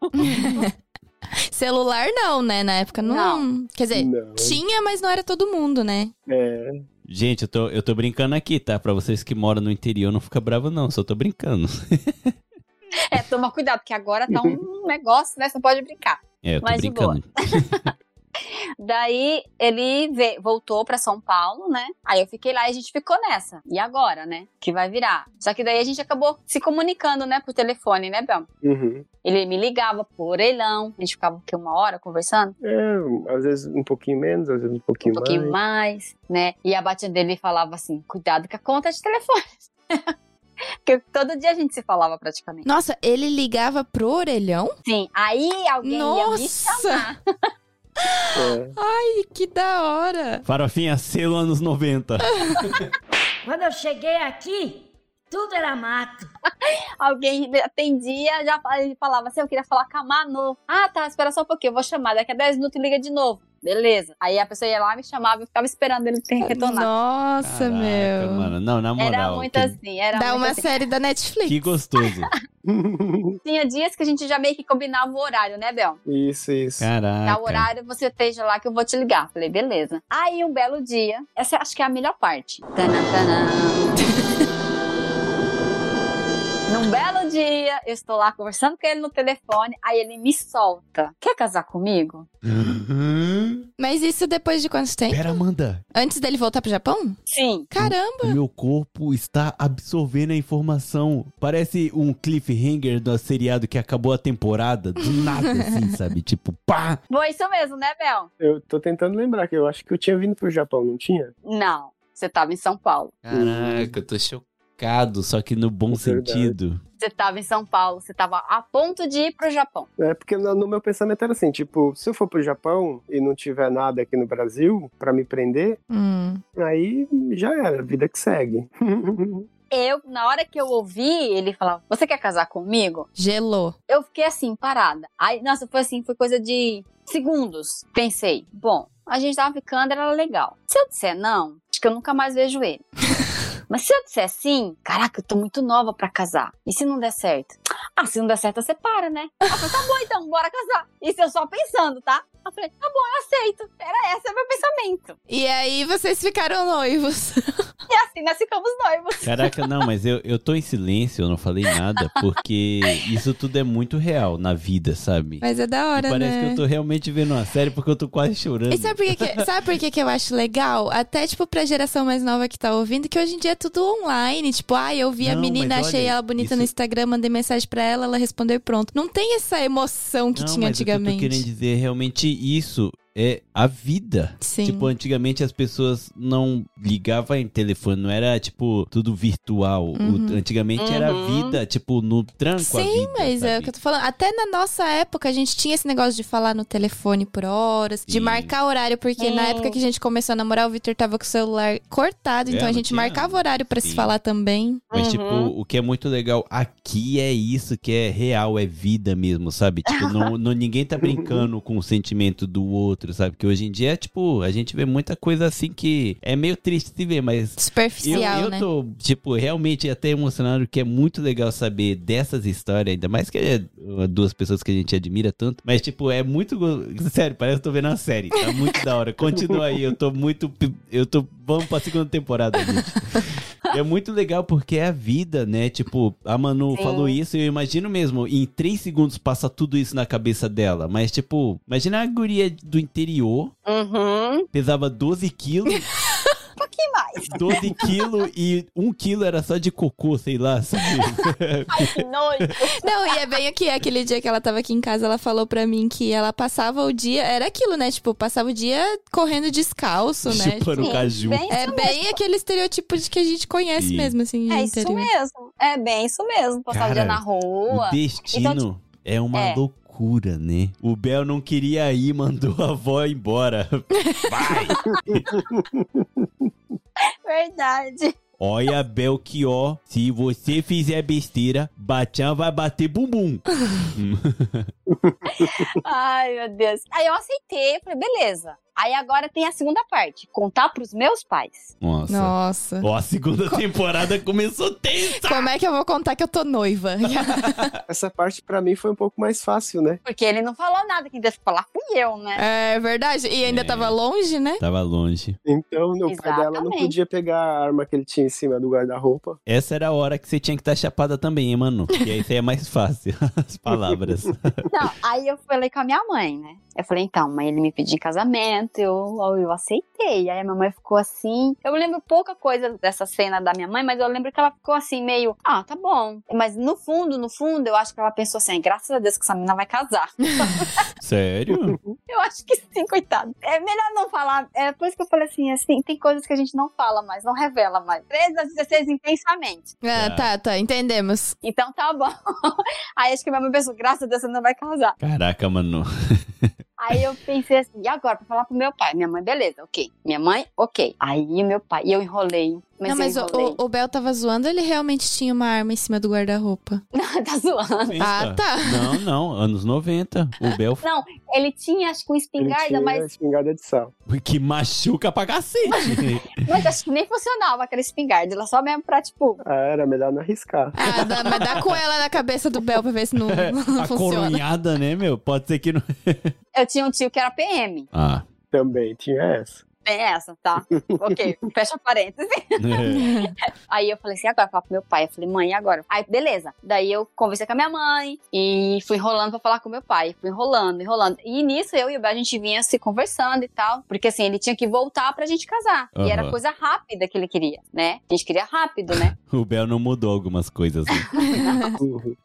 Celular não, né? Na época não. Quer Hum. dizer, Não. tinha, mas não era todo mundo, né? É, Gente, eu tô, eu tô brincando aqui, tá? Pra vocês que moram no interior, não fica bravo, não. Só tô brincando. É, toma cuidado, porque agora tá um negócio, né? Você não pode brincar. É, eu tô Mas de boa. brincando. Daí ele ve- voltou pra São Paulo, né? Aí eu fiquei lá e a gente ficou nessa. E agora, né? Que vai virar. Só que daí a gente acabou se comunicando, né? Por telefone, né, Bel? uhum. Ele me ligava por orelhão. A gente ficava o quê? Uma hora conversando? É, às vezes um pouquinho menos, às vezes um Um pouquinho, pouquinho mais. mais, né? E a batida dele falava assim: cuidado com a conta de telefone. Porque todo dia a gente se falava praticamente. Nossa, ele ligava pro orelhão? Sim, aí alguém ia me Nossa! É. Ai, que da hora! Farofinha, selo anos 90. Quando eu cheguei aqui, tudo era mato. Alguém me atendia, já fa- ele falava assim: eu queria falar com a Manu. Ah, tá, espera só um pouquinho, eu vou chamar. Daqui a 10 minutos liga de novo. Beleza. Aí a pessoa ia lá, me chamava, eu ficava esperando ele ter retornar. Nossa, Caraca, meu. Mano, não, na moral. Era muito que, assim, era Dá muito uma assim. série da Netflix. que gostoso. Tinha dias que a gente já meio que combinava o horário, né, Bel? isso, isso. É. Tá o Caraca. horário, você esteja lá que eu vou te ligar. Falei, beleza. Aí, um belo dia, essa acho que é a melhor parte. Tanã, tanã. Num belo dia, eu estou lá conversando com ele no telefone, aí ele me solta. Quer casar comigo? Hum? Mas isso depois de quanto tempo? Pera, Amanda. Antes dele voltar pro Japão? Sim. Caramba! O meu corpo está absorvendo a informação. Parece um cliffhanger do seriado que acabou a temporada. Do nada, assim, sabe? Tipo, pá! Foi isso mesmo, né, Bel? Eu tô tentando lembrar que eu acho que eu tinha vindo pro Japão, não tinha? Não. Você estava em São Paulo. Caraca, eu tô chocado, só que no É bom Verdade. sentido. Você tava em São Paulo, você tava a ponto de ir pro Japão. É porque no, no meu pensamento era assim, tipo, se eu for pro Japão e não tiver nada aqui no Brasil pra me prender, Hum. aí já era, vida que segue. Eu, na hora que eu ouvi ele falar, você quer casar comigo? Gelou. Eu fiquei assim, parada. Aí, nossa, foi assim, foi coisa de segundos. Pensei, bom, a gente tava ficando, era legal. Se eu disser não, acho que eu nunca mais vejo ele. Mas se eu disser sim, caraca, eu tô muito nova pra casar. E se não der certo? Ah, se não der certo, você para, né? Ela falou, tá bom então, bora casar. Isso eu só pensando, tá? Eu falei, tá bom, eu aceito. Era esse é meu pensamento. E aí vocês ficaram noivos. E assim nós ficamos noivos. Caraca, não, mas eu, eu tô em silêncio, eu não falei nada, porque isso tudo é muito real na vida, sabe? Mas é da E hora, parece né? é que eu tô realmente vendo uma série porque eu tô quase chorando. E sabe por, que que, sabe por que, que eu acho legal? Até, tipo, pra geração mais nova que tá ouvindo, que hoje em dia é tudo online. Tipo, ah, eu vi a Não, menina, mas achei olha, ela bonita isso- no Instagram, mandei mensagem pra ela, ela respondeu e pronto. Não tem essa emoção que Não, tinha mas o que eu tô antigamente. querendo dizer, é realmente, isso é a vida. Sim. Tipo, antigamente as pessoas não ligavam em telefone, não era, tipo, tudo virtual. O- Uhum. antigamente era a Uhum. vida, tipo, no tranco a Sim, vida, mas é o sabe? que eu tô falando. Até na nossa época, a gente tinha esse negócio de falar no telefone por horas, de Sim. marcar horário, porque na Sim. época que a gente começou a namorar, o Victor tava com o celular cortado, É, então a não gente tinha- marcava horário pra se Sim. falar também. Mas, Uhum. tipo, o que é muito legal aqui é isso que é real, é vida mesmo, sabe? Tipo, não, não- ninguém tá brincando com o sentimento do outro, sabe? Que hoje em dia, tipo, a gente vê muita coisa assim que é meio triste de ver, mas. Eu, Superficial, eu né? tô, tipo, realmente até emocionado que é muito legal saber dessas histórias, ainda mais que é uh, duas pessoas que a gente admira tanto. Mas, tipo, é muito. go- Sério, parece que eu tô vendo uma série. Tá muito da hora. Continua aí, eu tô muito. pi- Eu tô. Vamos pra segunda temporada, gente. É muito legal porque é a vida, né? Tipo, a Manu Sim. falou isso e eu imagino mesmo, em três segundos passa tudo isso na cabeça dela. Mas, tipo, imagina a guria do interior, Uhum. pesava 12 quilos. Um pouquinho mais. 12 quilos e 1 quilo era só de cocô, sei lá, sabe? Que nojo. Não, e é bem aqui, aquele dia que ela tava aqui em casa, ela falou pra mim que ela passava o dia, era aquilo, né? Tipo, passava o dia correndo descalso, né? Chupando Sim, caju. bem É bem aquele estereotipo de que a gente conhece Sim. mesmo, assim, É isso interior. mesmo. É bem isso mesmo. Passar o Cara, dia na rua. O destino é uma É. loucura, né? O Bel não queria ir, mandou a avó embora. Vai! Verdade. Olha, Bel, que ó, se você fizer besteira, Batian vai bater bumbum. Ai, meu Deus. Aí eu aceitei, falei, beleza. Aí agora tem a segunda parte, contar pros meus pais. Nossa. Nossa. Ó, a segunda temporada começou tensa! Como é que eu vou contar que eu tô noiva? Essa parte pra mim foi um pouco mais fácil, né? Porque ele não falou nada, quem deve falar fui eu, né? É verdade. E ainda É. tava longe, né? Tava longe. Então, o pai dela não Exatamente. podia pegar a arma que ele tinha em cima do guarda-roupa. Essa era a hora que você tinha que estar chapada também, hein, Manu? Porque aí você é mais fácil. As palavras. Não, Então, aí eu falei com a minha mãe, né? Eu falei, então, mãe, ele me pediu em casamento, eu, eu aceitei. Aí a minha mãe ficou assim. Eu lembro pouca coisa dessa cena da minha mãe, mas eu lembro que ela ficou assim, meio, ah, tá bom. Mas no fundo, no fundo, eu acho que ela pensou assim, graças a Deus que essa menina vai casar. Sério? Eu acho que sim, coitado. É melhor não falar. É por isso que eu falei assim, assim, tem coisas que a gente não fala mais, não revela mais. 13 às 16 intensamente. Ah, Tá. tá, tá. Entendemos. Então tá bom. Aí acho que minha mãe pensou, graças a Deus, você não vai casar. Caraca, Manu. Aí eu pensei assim, e agora? Pra falar pro meu pai. Minha mãe, beleza, ok. Minha mãe, ok. Aí meu pai, e eu enrolei. Mas Não, mas eu o, enrolei. o- o Bel tava zoando, ele realmente tinha uma arma em cima do guarda-roupa. tá zoando. Ah, tá. Não, não. Anos 90. O Bel Não, ele tinha, acho que um Ele espingarda, tinha mas, espingarda de sal. que machuca pra cacete. mas acho que nem funcionava aquela espingarda. Ela só mesmo pra, tipo, Ah, era melhor não arriscar. Ah, dá, mas dá com ela na cabeça do Bel pra ver se não, não a funciona. coronhada, né, meu? Pode ser que não. eu tinha um tio que era PM. Ah. Também tinha essa. Tem essa, tá? ok, fecha parênteses. É. Aí eu falei assim, agora falar pro meu pai. Eu falei, mãe, e agora? Aí, beleza. Daí eu conversei com a minha mãe e fui enrolando pra falar com meu pai. Fui enrolando, enrolando. E nisso eu e o Bel, a gente vinha se conversando e tal. Porque assim, ele tinha que voltar pra gente casar. E era Aham. coisa rápida que ele queria, né? A gente queria rápido, né? O Bel não mudou algumas coisas. né? Uhum.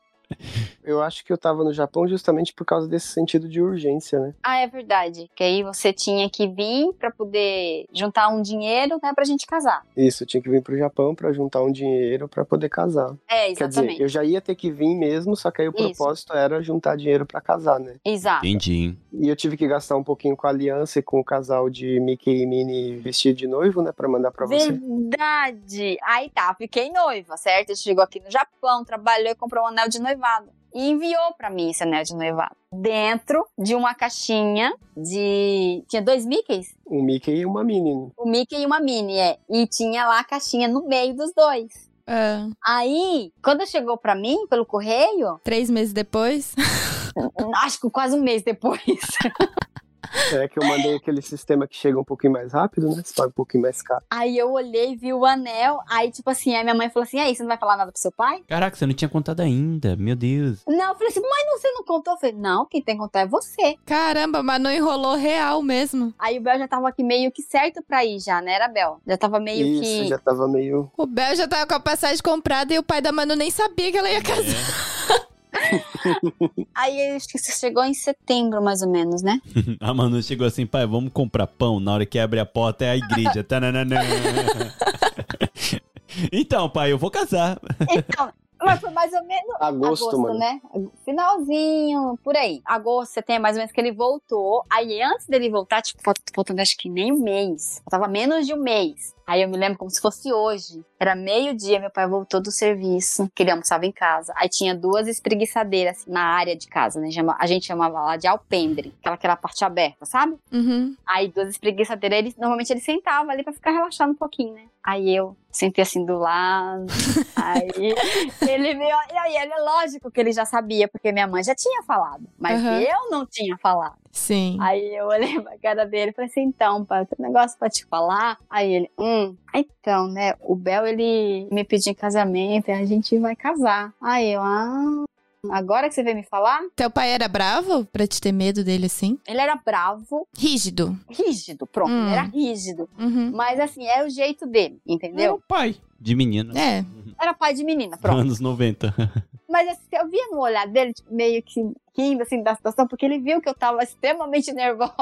eu acho que eu tava no Japão justamente por causa desse sentido de urgência, né? Ah, é verdade. Que aí você tinha que vir pra poder juntar um dinheiro, né, pra gente casar. Isso, eu tinha que vir pro Japão pra juntar um dinheiro pra poder casar. É, Quer dizer, exatamente. eu já ia ter que vir mesmo, só que aí o Isso. propósito era juntar dinheiro pra casar, né? Exato. Entendi. E eu tive que gastar um pouquinho com a aliança e com o casal de Mickey e Minnie vestido de noivo, né, Pra mandar pra você. Verdade! Aí tá, fiquei noiva, certo? Chegou aqui no Japão, trabalhou e comprou um anel de noivado. E enviou pra mim esse anel de noivado. Dentro de uma caixinha de. Tinha dois Mickeys? Um Mickey e uma Minnie. né? Um Mickey e uma Minnie, é. E tinha lá a caixinha no meio dos dois. Ah, Aí, quando chegou pra mim pelo correio, três meses depois? acho que quase um mês depois, É que eu mandei aquele sistema que chega um pouquinho mais rápido, né? Você paga um pouquinho mais caro. aí eu olhei, vi o anel. Aí, tipo assim, aí minha mãe falou assim: aí, você não vai falar nada pro seu pai? Caraca, você não tinha contado ainda. Meu Deus. Não, eu falei assim, mas não, você não contou? Eu falei, não, quem tem que contar é você. Caramba, mas não enrolou real mesmo. Aí o Bel já tava aqui meio que certo pra ir já, né? Era Bel. Já tava meio Isso, que. já tava meio. O Bel já tava com a passagem comprada e o pai da Manu nem sabia que ela ia casar. Aí acho que você chegou em setembro, mais ou menos, né? A Manu chegou assim, pai, vamos comprar pão. Na hora que abre a porta é a igreja. Tananana. então, pai, eu vou casar. Então. Mas foi mais ou menos Agosto, agosto, mano. né? Finalzinho, por aí. Agosto, setembro, mais ou menos que ele voltou. Aí antes dele voltar, tipo, falt- faltando acho que nem um mês. Faltava menos de um mês. Aí eu me lembro como se fosse hoje. Era meio-dia, meu pai voltou do serviço, que ele almoçava em casa. Aí tinha duas espreguiçadeiras assim, na área de casa, né? Chama- A gente chamava lá de alpendre, aquela, aquela parte aberta, sabe? Uhum. Aí duas espreguiçadeiras, ele, normalmente ele sentava ali pra ficar relaxado um pouquinho, né? Aí eu sentei assim do lado. aí ele veio. E aí é lógico que ele já sabia, porque minha mãe já tinha falado. Mas Aham. eu não tinha falado. Sim. Aí eu olhei pra cara dele e falei assim: então, pai, tem um negócio pra te falar. Aí ele, hum, então, né? O Bel, ele me pediu em casamento e a gente vai casar. Aí eu, ah. Agora que você veio me falar, Teu pai era bravo pra te ter medo dele assim? ele era bravo, Rígido. rígido, pronto, Hum. ele era rígido. Uhum. Mas assim, é o jeito dele, entendeu? Meu pai. De menino. É, Era pai de menina, pronto. Anos 90. Mas assim, eu via no olhar dele, tipo, meio que rindo assim da situação, porque ele viu que eu tava extremamente nervosa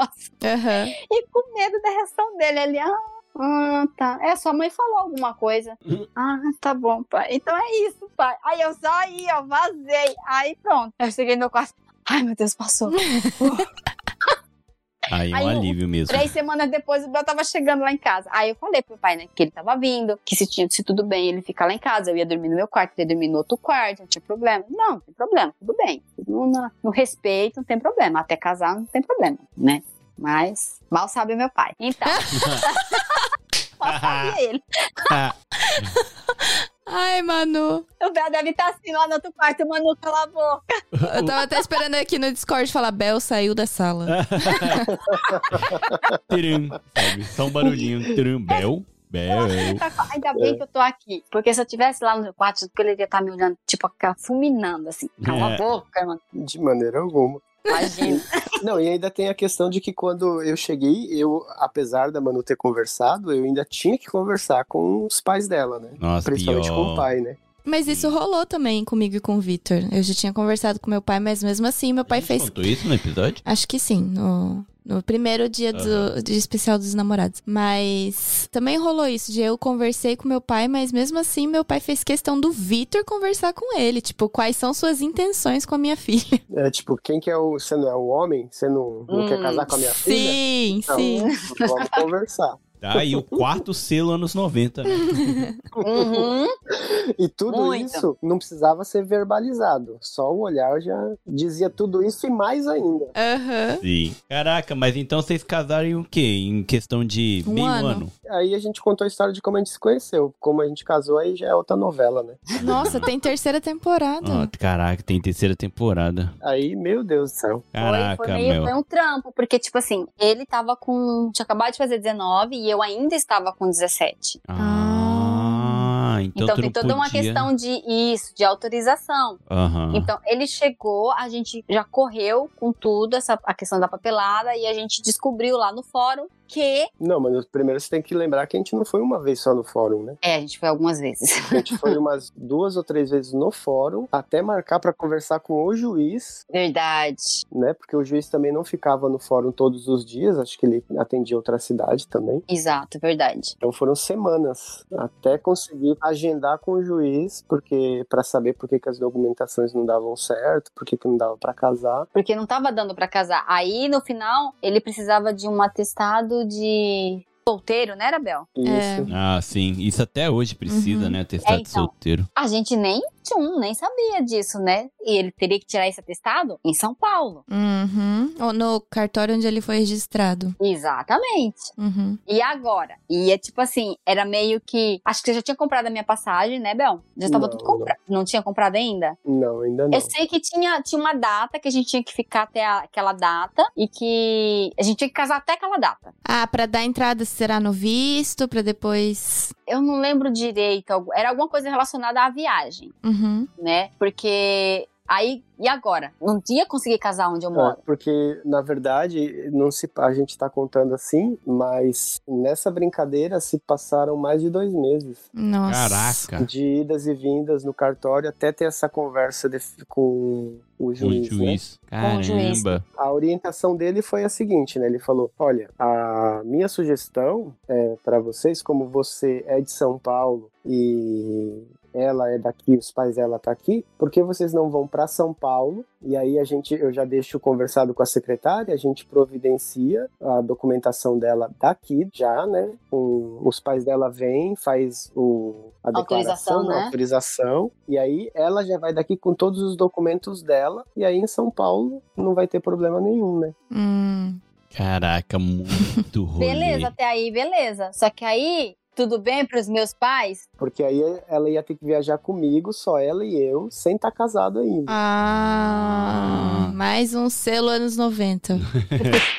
aham. e com medo da reação dele. Ele, ah, ah, tá. É, sua mãe falou alguma coisa. Hum. Ah, tá bom, pai. Então é isso, pai. Aí eu só ia, eu vazei. Aí pronto. Eu cheguei no quarto. Ai, meu Deus, passou. Aí é Aí um o- alívio mesmo. Três semanas depois, o Bel tava chegando lá em casa. Aí eu falei pro pai, né, que ele tava vindo, que se tinha se tudo bem ele ficar lá em casa. Eu ia dormir no meu quarto, ele ia dormir no outro quarto, não tinha problema. Não, não tem problema, tudo bem. Tudo no, no respeito, não tem problema. Até casar, não tem problema, né? Mas mal sabe meu pai. Então. mal sabia ele. Ai, Manu. O Bel deve estar assim lá no outro quarto, o Manu cala a boca. Eu tava até esperando aqui no Discord falar: Bel saiu da sala. Tirum, sabe? Só um barulhinho. Tirum, bel, bel. Tá com- Ainda bem que eu tô aqui. Porque se eu tivesse lá no meu quarto, ele ia estar me olhando, tipo, aquela fulminando assim. Cala É. a boca, mano. De maneira alguma. Imagina. Não, e ainda tem a questão de que quando eu cheguei, eu, apesar da Manu ter conversado, eu ainda tinha que conversar com os pais dela, né? Nossa, Principalmente com o pior. pai, né? Mas isso rolou também comigo e com o Victor. Eu já tinha conversado com meu pai, mas mesmo assim, meu pai A gente fez Contou isso no episódio? Acho que sim, no, no primeiro dia do, de especial dos namorados. Mas também rolou isso, de eu conversei com meu pai, mas mesmo assim meu pai fez questão do Vitor conversar com ele. Tipo, quais são suas intenções com a minha filha? É tipo, quem que é o. Você não é o homem? Você não, não Hum, quer casar com a minha filha? sim, Então, sim. vamos conversar. Tá, e o quarto selo anos 90. né? Uhum. E tudo Muito. isso não precisava ser verbalizado. Só o olhar já dizia tudo isso e mais ainda. Aham. Sim. Caraca, mas então vocês casaram em o quê? Em questão de Um meio ano. ano? Aí a gente contou a história de como a gente se conheceu. Como a gente casou, aí já é outra novela, né? Nossa, tem terceira temporada. Uhum. Ah, caraca, tem terceira temporada. Aí, meu Deus do céu. Caraca, foi, foi, meio, meu. foi um trampo, porque, tipo assim, ele tava com. Tinha acabado de fazer 19 e eu ainda estava com 17. Ah, então, Então, tu tem não toda podia. Ah. uma questão de isso, de autorização. Aham. Então, ele chegou, a gente já correu com tudo, essa, a questão da papelada, e a gente descobriu lá no fórum que. Não, mas primeiro você tem que lembrar que a gente não foi uma vez só no fórum, né? É, a gente foi algumas vezes. A gente foi umas duas ou três vezes no fórum, até marcar pra conversar com o juiz, Verdade. né? Porque o juiz também não ficava no fórum todos os dias, acho que ele atendia outra cidade também. Exato, verdade. Então foram semanas até conseguir agendar com o juiz, porque para saber por que, que as documentações não davam certo, por que, que não dava pra casar. Porque não tava dando pra casar. Aí, no final, ele precisava de um atestado de solteiro, né, Arabel? E É. Isso. Ah, sim. Isso até hoje precisa, Uhum. né? Atestado É, então. solteiro. A gente nem tinha um, nem sabia disso, né? E ele teria que tirar esse atestado em São Paulo. Uhum. Ou no cartório onde ele foi registrado. Exatamente. Uhum. E agora? E é tipo assim, era meio que. Acho que eu já tinha comprado a minha passagem, né, Bel? Já tava Não, tudo comprado. Não. tinha comprado ainda? Não, ainda não. Eu sei que tinha, tinha uma data que a gente tinha que ficar até a- aquela data e que a gente tinha que casar até aquela data. Ah, pra dar entrada será no visto, pra depois. Eu não lembro direito, algu- era alguma coisa relacionada à viagem, Uhum. né? Porque aí, e agora? Não ia conseguir casar onde eu É, moro. porque, na verdade, não se, a gente tá contando assim, mas nessa brincadeira se passaram mais de dois meses Nossa. Caraca. de idas e vindas no cartório até ter essa conversa de- com o O juiz. né? juiz. o juiz. Caramba. A orientação dele foi a seguinte, né? Ele falou: Olha, a minha sugestão é para vocês, como você é de São Paulo e ela é daqui, os pais dela tá aqui, por que vocês não vão para São Paulo? E aí a gente, eu já deixo conversado com a secretária, a gente providencia a documentação dela daqui já, né? Com- os pais dela vêm, faz o a Autorização, declaração, né? a autorização, e aí ela já vai daqui com todos os documentos dela, e aí em São Paulo não vai ter problema nenhum, né? Hum. Caraca, muito rolê. Beleza, até aí, beleza. Só que aí, tudo bem pros meus pais? Porque aí ela ia ter que viajar comigo, só ela e eu, sem estar casado ainda. Ah, Ah. mais um selo anos 90.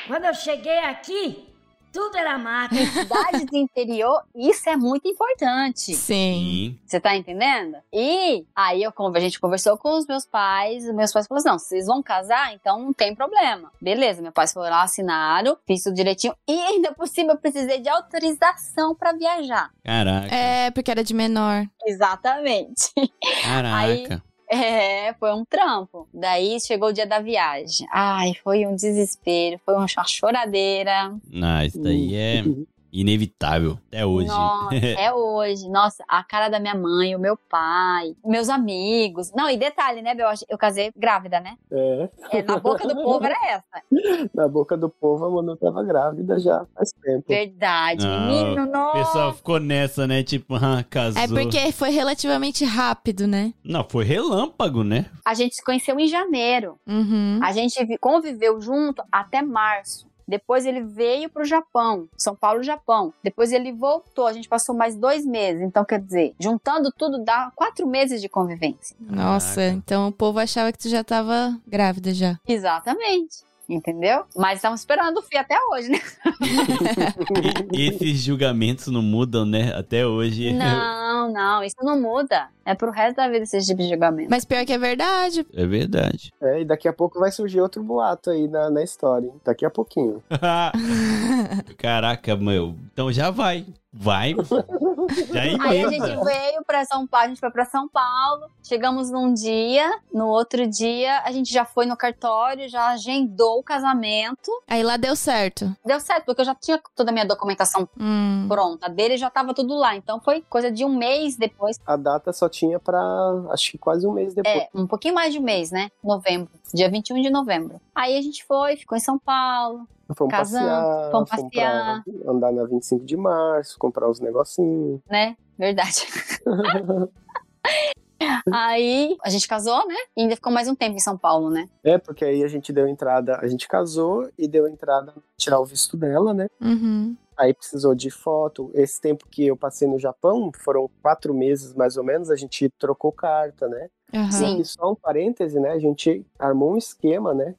Quando eu cheguei aqui, tudo era mato. Cidade do interior, isso é muito importante. Sim. Sim. Você tá entendendo? E aí eu, con- a gente conversou com os meus pais, e meus pais falaram assim, não, vocês vão casar, então não tem problema. Beleza, meus pais foram lá, assinaram, fiz tudo direitinho, e ainda por cima eu precisei de autorização pra viajar. Caraca. É, porque era de menor. Exatamente. Caraca. É, foi um trampo. Daí chegou o dia da viagem. Ai, foi um desespero, foi uma choradeira. Ah, isso daí é inevitável. Até hoje. Nossa, é hoje. Nossa, a cara da minha mãe, o meu pai, meus amigos. Não, e detalhe, né, Bel? Eu casei grávida, né? É. É, na boca do povo era essa. Na boca do povo, a Manu tava grávida já faz tempo. É. Verdade, Não, menino, Ah, O nossa. pessoal ficou nessa, né? Tipo, ah, casou. É porque foi relativamente rápido, né? Não, foi relâmpago, né? A gente se conheceu em janeiro. Uhum. A gente vi- conviveu junto até março. Depois ele veio pro Japão, São Paulo, Japão. Depois ele voltou, a gente passou mais dois meses. Então, quer dizer, juntando tudo dá quatro meses de convivência. Nossa, Caraca. então o povo achava que tu já tava grávida já. Exatamente. Entendeu? Mas estamos esperando o fim até hoje, né? E- esses julgamentos não mudam, né? Até hoje. Não, não, isso não muda. É pro resto da vida esse tipo de julgamento. Mas pior que é verdade. É verdade. É, e daqui a pouco vai surgir outro boato aí na, na história, hein? Daqui a pouquinho. Caraca, meu. Então já vai. Vai. Já Aí a emenda. gente veio pra São Paulo, a gente foi pra São Paulo, chegamos num dia, no outro dia a gente já foi no cartório, já agendou o casamento. Aí lá deu certo. Deu certo, porque eu já tinha toda a minha documentação Hum. pronta, a dele já tava tudo lá. Então foi coisa de um mês depois, A data só tinha pra, acho que quase um mês depois. é, um pouquinho mais de um mês, né? Novembro, dia 21 de novembro. Aí a gente foi, ficou em São Paulo. Fomos Casamos, passear, fomos fomos pra andar na 25 de março, comprar uns negocinhos. né? Verdade. Aí a gente casou, né? E ainda ficou mais um tempo em São Paulo, né? É, porque aí a gente deu entrada, a gente casou e deu entrada tirar o visto dela, né? Uhum. Aí precisou de foto. Esse tempo que eu passei no Japão, foram quatro meses mais ou menos, a gente trocou carta, né? Aham. Sim. E só um parêntese, né? A gente armou um esquema, né?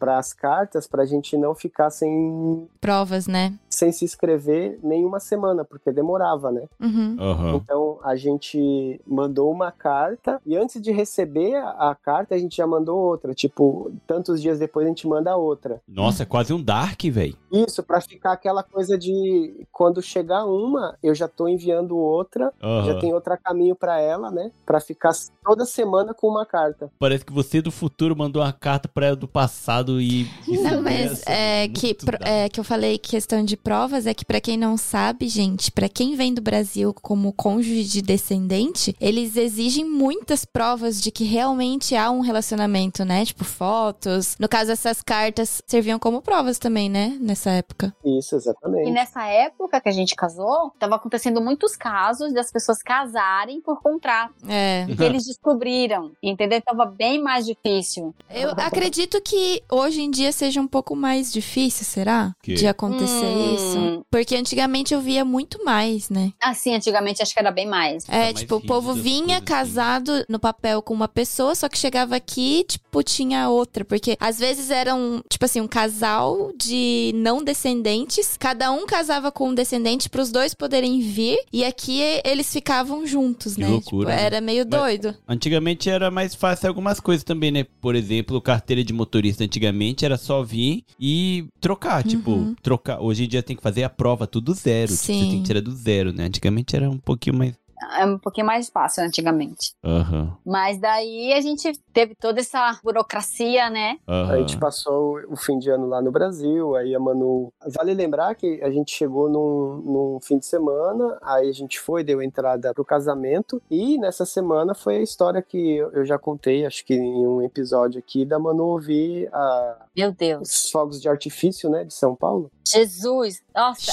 para as cartas, pra gente não ficar sem, Provas, né? sem se inscrever nem uma semana, porque demorava, né? Uhum. Aham. Então a gente mandou uma carta e antes de receber a, a carta a gente já mandou outra, tipo, tantos dias depois a gente manda outra. Nossa, é quase um Dark, velho. Isso pra ficar aquela coisa de quando chegar uma, eu já tô enviando outra, já tem outra caminho pra ela, né? Pra ficar toda semana com uma carta. Parece que você do futuro mandou uma carta pra ela do passado e. e Não, sabe, mas essa- é muito que, pro- Dark. é que eu falei questão de provas é que pra quem não sabe, gente, pra quem vem do Brasil como cônjuge de descendente, eles exigem muitas provas de que realmente há um relacionamento, né? Tipo fotos. No caso, essas cartas serviam como provas também, né? Nessa época. Isso, E exatamente. nessa época que a gente casou, tava acontecendo muitos casos das pessoas casarem por contrato. É. Que eles descobriram, entendeu? Tava bem mais difícil. Eu acredito que hoje em dia seja um pouco mais difícil, será? Que? De acontecer Hum. isso. Porque antigamente eu via muito mais, né? Assim, antigamente acho que era bem mais. É, Tá mais tipo, o rígido povo as vinha coisas, assim. casado no papel com uma pessoa, só que chegava aqui, tipo, tinha outra. Porque às vezes eram, tipo assim, um casal de não descendentes. Cada um casava com um descendente para os dois poderem vir. E aqui e- eles ficavam juntos, Que né? loucura, Tipo, né? era meio Mas- doido. Antigamente era mais fácil algumas coisas também, né? Por exemplo, carteira de motorista antigamente era só vir e trocar. Uhum. Tipo, trocar. Hoje em dia tem que fazer a prova tudo zero. Tipo, Sim. você tem que tirar do zero, né? Antigamente era um pouquinho mais. É um pouquinho mais fácil antigamente. Aham. Mas daí a gente teve toda essa burocracia, né? A Aham. gente passou o fim de ano lá no Brasil, aí a Manu. Vale lembrar que a gente chegou num, num fim de semana, aí a gente foi, deu entrada pro casamento, e nessa semana foi a história que eu eu já contei, acho que em um episódio aqui, da Manu ouvir a- Meu Deus. os fogos de artifício, né, de São Paulo. Jesus. Nossa,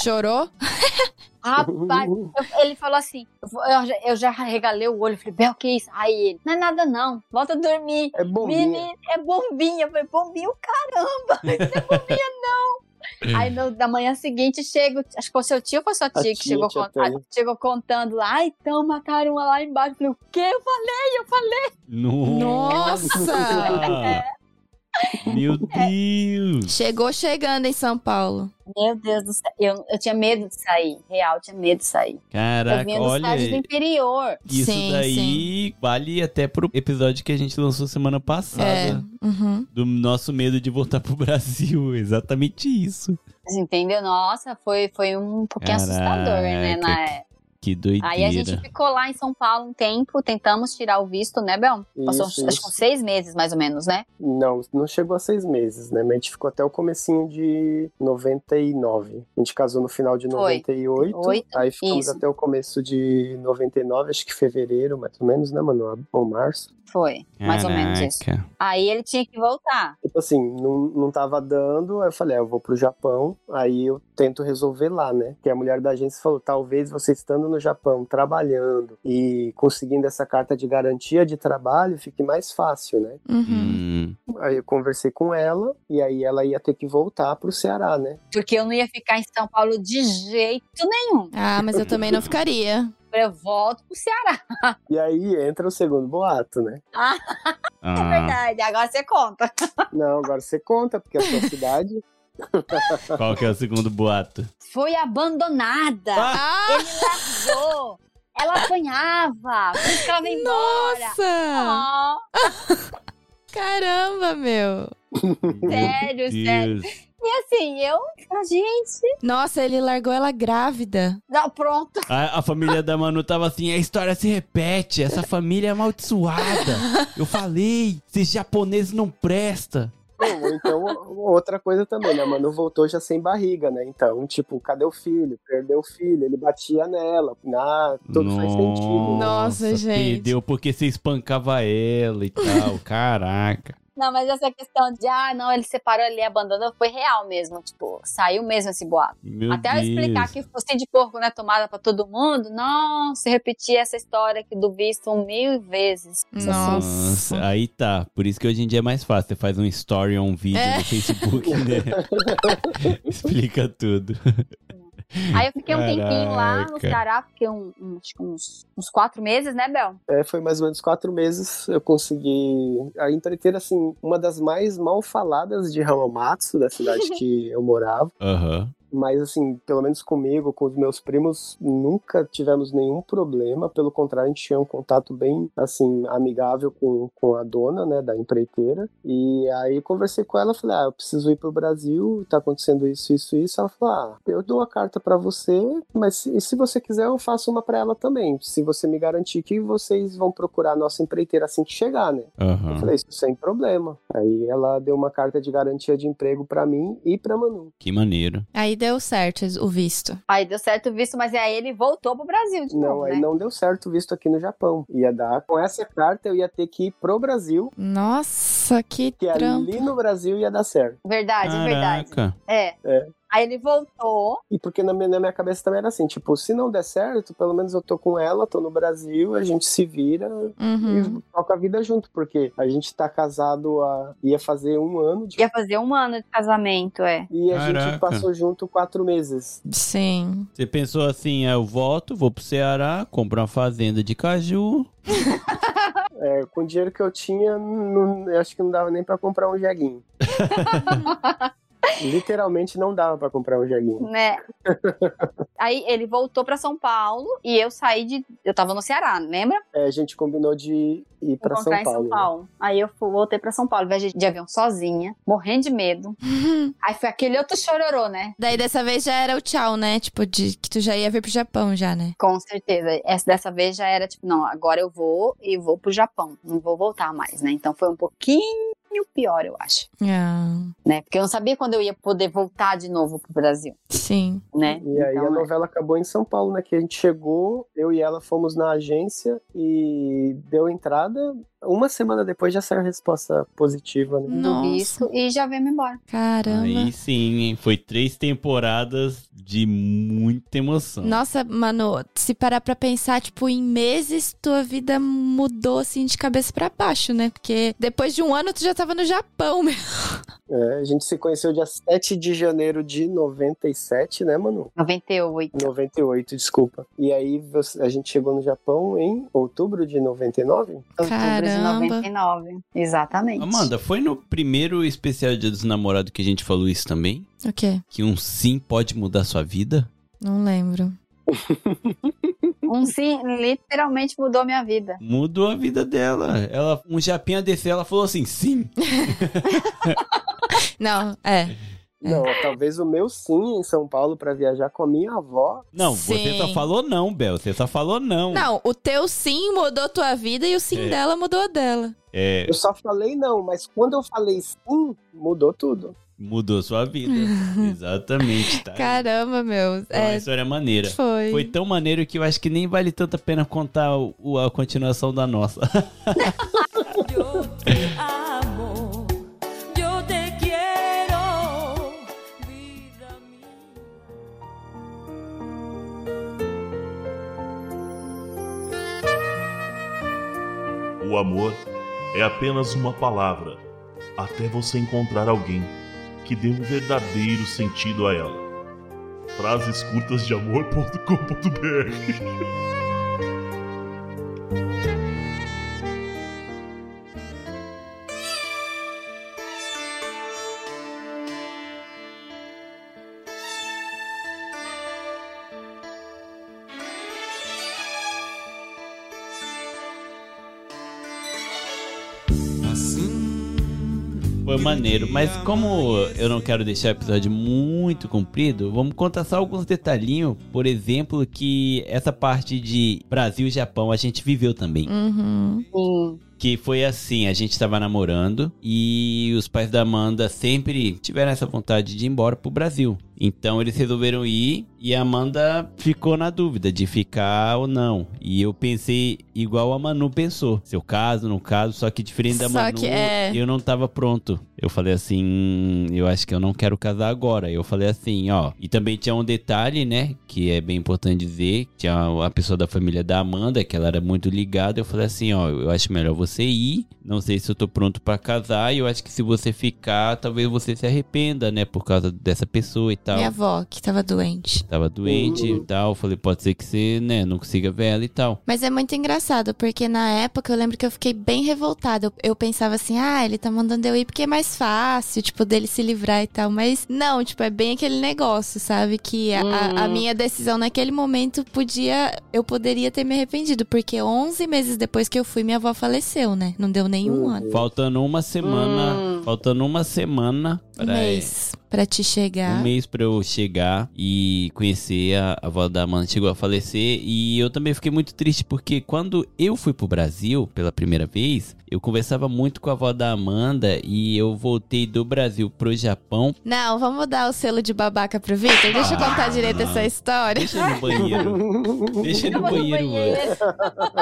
Chorou? rapaz. Eu- ele falou assim: eu, vou- eu já- eu já regalei o olho, falei, Bel, que isso? Aí ele, não é nada não, volta a dormir. É bombinha. Menino, é bombinha. Eu falei, bombinha o caramba, não é bombinha não. Aí no, da manhã seguinte chego, acho que foi seu tio ou foi sua tia, que tia, chegou, tia con- Tânia. a- chegou contando lá, ah, então mataram uma lá embaixo. Eu falei, o quê? Eu falei, eu falei. Oh. Nossa! Nossa! Meu É. Deus! Chegou chegando em São Paulo. Meu Deus do céu, eu, eu tinha medo de sair, real, eu tinha medo de sair. eu Tá Caraca, vinha dos olha. cidades do interior. Isso Sim, daí sim. vale até pro episódio que a gente lançou semana passada. É. Uhum. Do nosso medo de voltar pro Brasil. Exatamente isso. Você Entendeu? Nossa, foi, foi um pouquinho assustador, né? Na Caraca, época. Que doideira. Aí a gente ficou lá em São Paulo um tempo, tentamos tirar o visto, né, Bel? Passou uns, Isso, acho que uns isso. seis meses, mais ou menos, né? Não, não chegou a seis meses, né? Mas a gente ficou até o comecinho de 99. A gente casou no final de Foi. 98. Oito, aí ficamos isso. até o começo de 99, acho que fevereiro, mais ou menos, né, mano? Ou março. Foi, mais ou menos isso. Caraca. Aí ele tinha que voltar. Tipo assim, não, não tava dando, aí eu falei, ah, eu vou pro Japão, aí eu tento resolver lá, né? Porque a mulher da agência falou, talvez você estando no Japão, trabalhando e conseguindo essa carta de garantia de trabalho, fique mais fácil, né? Uhum. Hum, Aí eu conversei com ela e aí ela ia ter que voltar pro Ceará, né? Porque eu não ia ficar em São Paulo de jeito nenhum. Ah, mas eu também não ficaria. Eu volto pro Ceará. E aí entra o segundo boato, né? ah, É verdade. Agora você conta. Não, agora você conta, porque a sua cidade. Qual que é o segundo boato? Foi abandonada. Ah, Largou. Ela apanhava. Por isso que ela veio embora. nossa! Ó, Caramba, meu! sério, sério. Deus. E assim, eu. Ah, Gente, Nossa, ele largou ela grávida. não, pronto. A, a família da Manu tava assim, a história se repete, essa família é amaldiçoada. Eu falei, esses japoneses não presta. Bom, então, outra coisa também, né? A Manu voltou já sem barriga, né? Então, tipo, cadê o filho? Perdeu o filho, ele batia nela. Ah, tudo faz sentido. né? Nossa, gente. Perdeu porque você espancava ela e tal. Caraca. Não, mas essa questão de, ah, não, ele separou, ele abandonou, foi real mesmo. Tipo, saiu mesmo esse boato. Meu Até Deus. eu explicar que focinho de porco não é tomada pra todo mundo, nossa, eu repeti essa história aqui do visto mil vezes. Assim. Nossa. Nossa, aí tá. Por isso que hoje em dia é mais fácil. Você faz um story ou um vídeo É. no Facebook, né? Explica tudo. Aí eu fiquei um tempinho lá Caraca. no Ceará, fiquei um, um- acho que uns, uns quatro meses, né, Bel? É, foi mais ou menos quatro meses eu consegui. A empreiteira, assim, uma das mais mal faladas de Hamamatsu, da cidade que eu morava. Aham. Mas, assim, pelo menos comigo, com os meus primos, nunca tivemos nenhum problema. Pelo contrário, a gente tinha um contato bem, assim, amigável com, com a dona, né, da empreiteira. E aí conversei com ela, falei, ah, eu preciso ir pro Brasil, tá acontecendo isso, isso, isso. Ela falou, ah, eu dou a carta para você, mas se, e se você quiser, eu faço uma para ela também. Se você me garantir que vocês vão procurar a nossa empreiteira assim que chegar, né? Eu Aham. falei, isso sem problema. Aí ela deu uma carta de garantia de emprego pra mim e pra Manu. Que maneiro. Aí deu certo o visto. Aí deu certo o visto, mas aí ele voltou pro Brasil de Não, novo, aí né? não deu certo o visto aqui no Japão. Ia dar. Com essa carta eu ia ter que ir pro Brasil, Nossa, que que é trampo. ali no Brasil ia dar certo. Verdade, Ah, verdade. Caraca. É. É. Aí ele voltou. E porque na minha, na minha cabeça também era assim, tipo, se não der certo, pelo menos eu tô com ela, tô no Brasil, a gente se vira Uhum. e toca a vida junto, porque a gente tá casado há. ia fazer um ano de. Ia fazer um ano de casamento, é. E a Caraca. gente passou junto quatro meses. Sim. Você pensou assim, eu volto, vou pro Ceará, compro uma fazenda de caju. É, com o dinheiro que eu tinha, não- eu acho que não dava nem pra comprar um jeguinho. Literalmente não dava pra comprar um jeguinho. Né? Aí ele voltou pra São Paulo e eu saí de. Eu tava no Ceará, lembra? É, a gente combinou de ir pra São Encontrar Paulo. em São né? Paulo. Aí eu fui- voltei pra São Paulo, viajei de avião sozinha, morrendo de medo. Aí foi aquele outro chororô, né? Daí dessa vez já era o tchau, né? Tipo, de que tu já ia vir pro Japão já, né? Com certeza. Essa dessa vez já era tipo, não, agora eu vou e vou pro Japão. Não vou voltar mais, né? Então foi um pouquinho pior, eu acho. Ah, Né? Porque eu não sabia quando eu ia poder voltar de novo pro Brasil, sim. né? E aí Então, a novela acabou em São Paulo, né? Que a gente chegou, eu e ela fomos na agência e deu entrada. Uma semana depois já saiu a resposta positiva, né? do Nossa, visto e já veio embora. caramba. Aí sim, hein? Foi três temporadas de muita emoção. Nossa, mano, se parar pra pensar, tipo, em meses tua vida mudou assim de cabeça pra baixo, né? Porque depois de um ano tu já tava no Japão, meu. É, a gente se conheceu dia 7 de janeiro de 97, né, Manu? 98. 98, desculpa. E aí você- a gente chegou no Japão em outubro de 99? Outubro de Caramba. 99. Exatamente. Amanda, foi no primeiro especial Dia dos Namorados que a gente falou isso também? O quê? Que um sim pode mudar sua vida? Não lembro. Um sim literalmente mudou minha vida. Mudou a vida dela. Ela, um japinha desceu, ela falou assim, sim. Não, é. Não, talvez o meu sim em São Paulo pra viajar com a minha avó. Não, você Sim. só falou não, Bel. Você só falou não. Não, o teu sim mudou tua vida e o sim É. dela mudou a dela. É, Eu só falei não, mas quando eu falei sim, mudou tudo. mudou sua vida. Exatamente, tá? Caramba, meu. é uma É, história maneira. foi. Foi tão maneiro que eu acho que nem vale tanta pena contar o- o- a continuação da nossa. O amor é apenas uma palavra, até você encontrar alguém que dê um verdadeiro sentido a ela. Frases curtas de amor.com.br Foi maneiro, mas como eu não quero deixar o episódio muito comprido, vamos contar só alguns detalhinhos. Por exemplo, que essa parte de Brasil e Japão a gente viveu também. Uhum. Sim. Que foi assim, a gente tava namorando e os pais da Amanda sempre tiveram essa vontade de ir embora pro Brasil. Então eles resolveram ir e a Amanda ficou na dúvida de ficar ou não. E eu pensei igual a Manu pensou. Seu caso, no caso, só que diferente da Só Manu, que é. eu não tava pronto. Eu falei assim, "Hum, eu acho que eu não quero casar agora. Eu falei assim, ó. E também tinha um detalhe, né, que é bem importante dizer, tinha a pessoa da família da Amanda, que ela era muito ligada. Eu falei assim, ó, eu acho melhor você ir. Não sei se eu tô pronto pra casar. E eu acho que se você ficar, talvez você se arrependa, né, por causa dessa pessoa e tal. tal. Minha avó, que tava doente. Tava doente e Uhum. tal. Falei, pode ser que você, né, não consiga ver ela e tal. Mas é muito engraçado, porque na época eu lembro que eu fiquei bem revoltada. Eu, eu pensava assim, ah, ele tá mandando eu ir porque é mais fácil, tipo, dele se livrar e tal. Mas não, tipo, é bem aquele negócio, sabe? Que a, a- a Hum. minha decisão naquele momento podia. Eu poderia ter me arrependido, porque 11 meses depois que eu fui, minha avó faleceu, né? Não deu nenhum Uhum. ano. Faltando uma semana. Hum. Faltando uma semana Um pra. mês pra te chegar. Um mês pra eu chegar e conhecer a, a avó da Amanda chegou a falecer. E eu também fiquei muito triste porque quando eu fui pro Brasil pela primeira vez, eu conversava muito com a avó da Amanda e eu voltei do Brasil pro Japão. Não, vamos dar o selo de babaca pro Victor? Deixa eu Ah, contar direito não. essa história. Deixa ele no banheiro. Deixa ele Eu no vou no banheiro, mano. banheiro.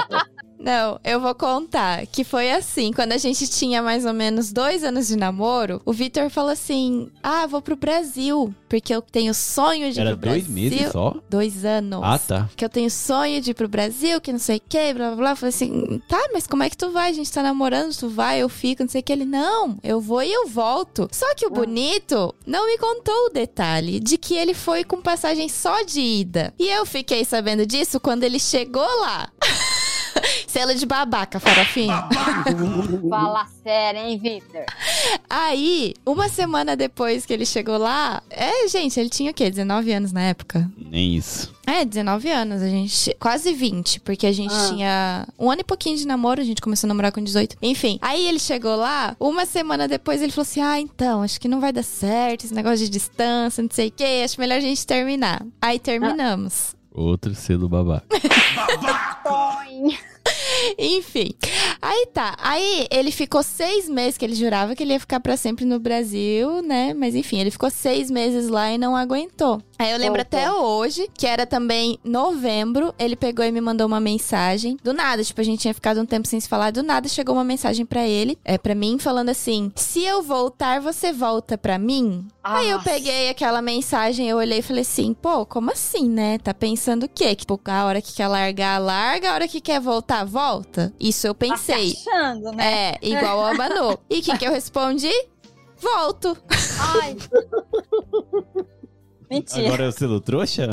Não, eu vou contar. Que foi assim, quando a gente tinha mais ou menos dois anos de namoro, o Vitor falou assim: Ah, vou pro Brasil, porque eu tenho sonho de ir Era pro Brasil. dois meses só? Dois anos. Ah, tá. Que eu tenho sonho de ir pro Brasil, que não sei o que, blá blá blá. Eu falei assim, tá, mas como é que tu vai? A gente tá namorando, tu vai, eu fico, não sei o que. Ele, não, eu vou e eu volto. Só que o bonito não me contou o detalhe de que ele foi com passagem só de ida. E eu fiquei sabendo disso quando ele chegou lá. Selo de babaca, farofinha. Uhum. Fala sério, hein, Victor? Aí, uma semana depois que ele chegou lá, é, gente, ele tinha o quê? 19 anos na época? Nem isso. É, 19 anos, a gente. Quase 20, porque a gente Ah. tinha um ano e pouquinho de namoro, a gente começou a namorar com 18. Enfim, aí ele chegou lá, uma semana depois ele falou assim: ah, então, acho que não vai dar certo esse negócio de distância, não sei o quê, acho melhor a gente terminar. Aí terminamos. Outro selo babá. Põe. Enfim. Aí tá. Aí ele ficou seis meses, que ele jurava que ele ia ficar pra sempre no Brasil, né? Mas enfim, ele ficou seis meses lá e não aguentou. Aí eu lembro Opa. até hoje, que era também novembro, ele pegou e me mandou uma mensagem. Do nada, tipo, a gente tinha ficado um tempo sem se falar, do nada chegou uma mensagem pra ele, é para mim, falando assim: "Se eu voltar, você volta pra mim?" Aí Ah, eu Nossa. peguei aquela mensagem, eu olhei e falei assim, pô, como assim, né? Tá pensando o quê? Que tipo, a hora que quer largar, larga, a hora que quer voltar, volta? Isso eu Tá se pensei. achando, né? É, igual a Manu. E o que, que eu respondi? Volto. Ai. Mentira. Agora é o selo trouxa?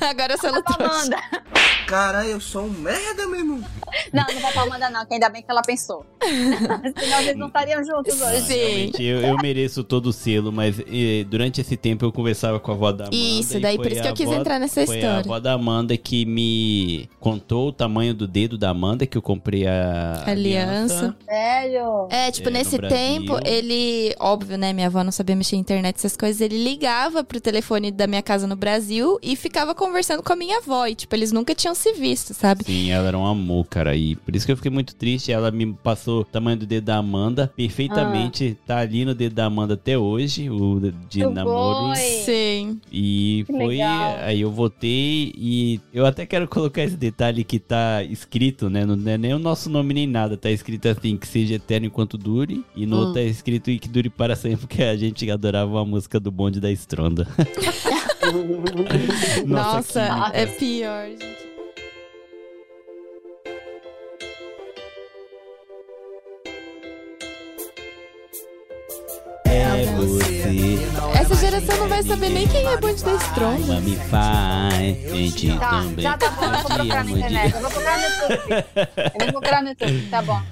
Agora você não Vai pra trouxe. Amanda. Tá Cara, eu sou um merda, meu irmão. Não, não vai pra Amanda, não, que ainda bem que ela pensou. Senão vocês não estariam juntos hoje. Sim. Gente, Ah, eu, eu mereço todo o selo, mas eh, durante esse tempo eu conversava com a avó da Amanda. Isso, e daí foi por isso que a eu quis avó- entrar nessa Foi a história. avó da Amanda que me contou o tamanho do dedo da Amanda, que eu comprei a Aliança. Sério? É, tipo, É, no nesse Brasil. tempo, ele. Óbvio, né? Minha avó não sabia mexer em internet, essas coisas. Ele ligava pro telefone da minha casa no Brasil e ficava conversando com a minha avó. E, tipo, eles nunca tinham se visto, sabe? Sim, ela era um amor, cara. E por isso que eu fiquei muito triste. Ela me passou o tamanho do dedo da Amanda perfeitamente. Tá ali no dedo da Amanda até hoje, o de Eu namoro. vou- Sim. Sim. E Que foi. legal. Aí eu votei e eu até quero colocar esse detalhe que tá escrito, né? Não é nem o nosso nome nem nada. Tá escrito assim, que seja eterno enquanto dure. E no Hum. outro tá escrito e que dure para sempre, porque a gente adorava a música do bonde da estronda. Nossa, que- é pior, gente. É você. é Essa geração não vai saber nem quem é bonde da Stronda. Mami Pai, gente Tá, também. já tá bom, eu vou te procurar na amo de- internet. Eu vou procurar no YouTube. Eu vou procurar no YouTube, tá bom.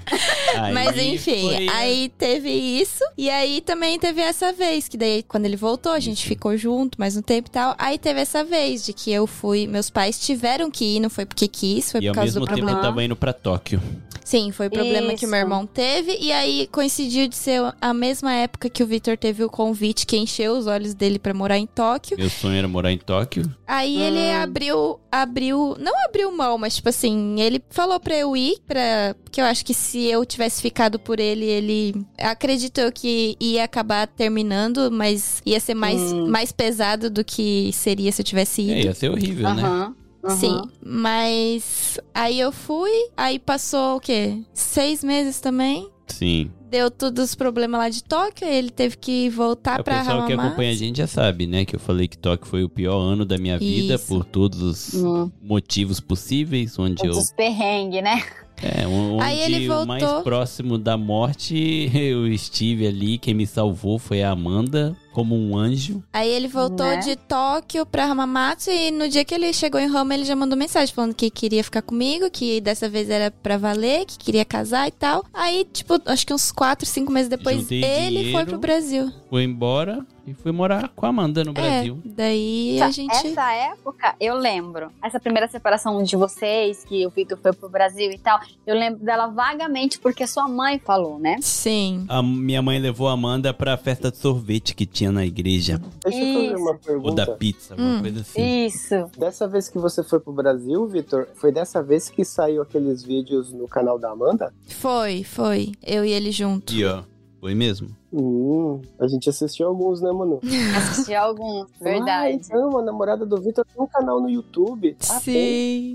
Aí Mas enfim, foi- aí teve isso. E aí também teve essa vez, que daí quando ele voltou, a gente ficou junto mais um tempo e tal. Aí teve essa vez de que eu fui. Meus pais tiveram que ir, não foi porque quis, foi E por ao causa mesmo do tempo problema. eu tava indo pra Tóquio. Sim, foi o problema que Isso. meu irmão teve. E aí coincidiu de ser a mesma época que o Vitor teve o convite que encheu os olhos dele pra morar em Tóquio. Meu sonho era morar em Tóquio. Aí ele Ah. abriu, abriu, não abriu mão, mas tipo assim, ele falou pra eu ir, pra, porque eu acho que se eu tivesse ficado por ele, ele acreditou que ia acabar terminando, mas ia ser mais, Hum. mais pesado do que seria se eu tivesse É, ido. ia ser horrível, né? Aham. aham. Sim, mas aí eu fui, aí passou o quê? Seis meses também. Sim. Deu todos os problemas lá de Tóquio, aí ele teve que voltar É o pra pessoal que Hamamatsu. acompanha a gente já sabe, né? Que eu falei que Tóquio foi o pior ano da minha vida Isso. por todos os Hum, motivos possíveis, onde eu Os perrengues, né? é, onde Aí ele o mais voltou. próximo da morte eu estive ali, quem me salvou foi a Amanda. como um anjo. Aí ele voltou Né? de Tóquio pra Hamamatsu e no dia que ele chegou em Roma, ele já mandou mensagem falando que queria ficar comigo, que dessa vez era pra valer, que queria casar e tal. Aí, tipo, acho que uns 4, 5 meses depois, Juntei ele foi dinheiro. pro Brasil. Foi embora e foi morar com a Amanda no Brasil. É, daí a Essa- gente... Tá, Essa época, eu lembro. Essa primeira separação de vocês, que o Vitor foi pro Brasil e tal. Eu lembro dela vagamente porque sua mãe falou, né? Sim. A minha mãe levou a Amanda pra festa de sorvete que tinha na igreja. Deixa eu fazer Isso. uma Ou da pergunta. pizza, uma Hum. coisa assim. Isso. Dessa vez que você foi pro Brasil, Vitor, foi dessa vez que saiu aqueles vídeos no canal da Amanda? Foi, foi. Eu e ele junto. E ó, foi mesmo? Hum, a gente assistiu alguns, né, Manu? Assisti algum, é verdade. Ah, então, a namorada do Vitor tem um canal no YouTube. Tá Ah, tem.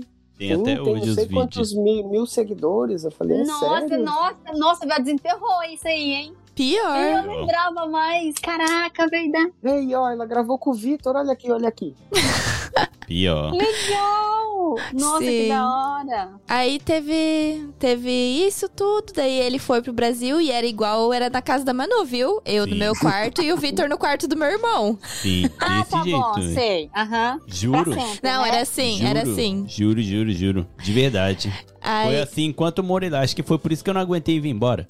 Sim. Tem até Hum, hoje não os sei vídeos. quantos mil, mil seguidores. Eu falei, é nossa, sério? nossa, nossa, já desenterrou isso aí, hein? Pior. Eu não lembrava mais. Caraca, verdade. Ei, ó, ela gravou com o Vitor, olha aqui, olha aqui. Pior. Legal! Nossa, Sim. que da hora. Aí teve, teve isso tudo, daí ele foi pro Brasil e era igual era na casa da Manu, viu? Eu no Sim. meu quarto e o Vitor no quarto do meu irmão. Sim, desse Ah, tá jeito. bom, sei. Tá Aham. Pra Juro. sempre, Não, né? era assim, era Juro, assim. Juro, juro, juro. De verdade. Foi Aí, assim enquanto eu morei lá. Acho que foi por isso que eu não aguentei vir embora.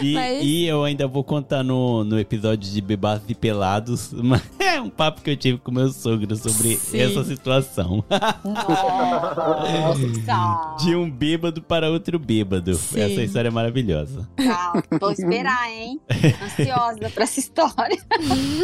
E, Mas- e eu ainda vou contar no, no episódio de Bebados e Pelados. mas É um papo que eu tive com meu sogro sobre Sim. essa situação. Nossa. De um bêbado para outro bêbado. Sim. Essa história é maravilhosa. Tá, vou esperar, hein? Ansiosa pra essa história.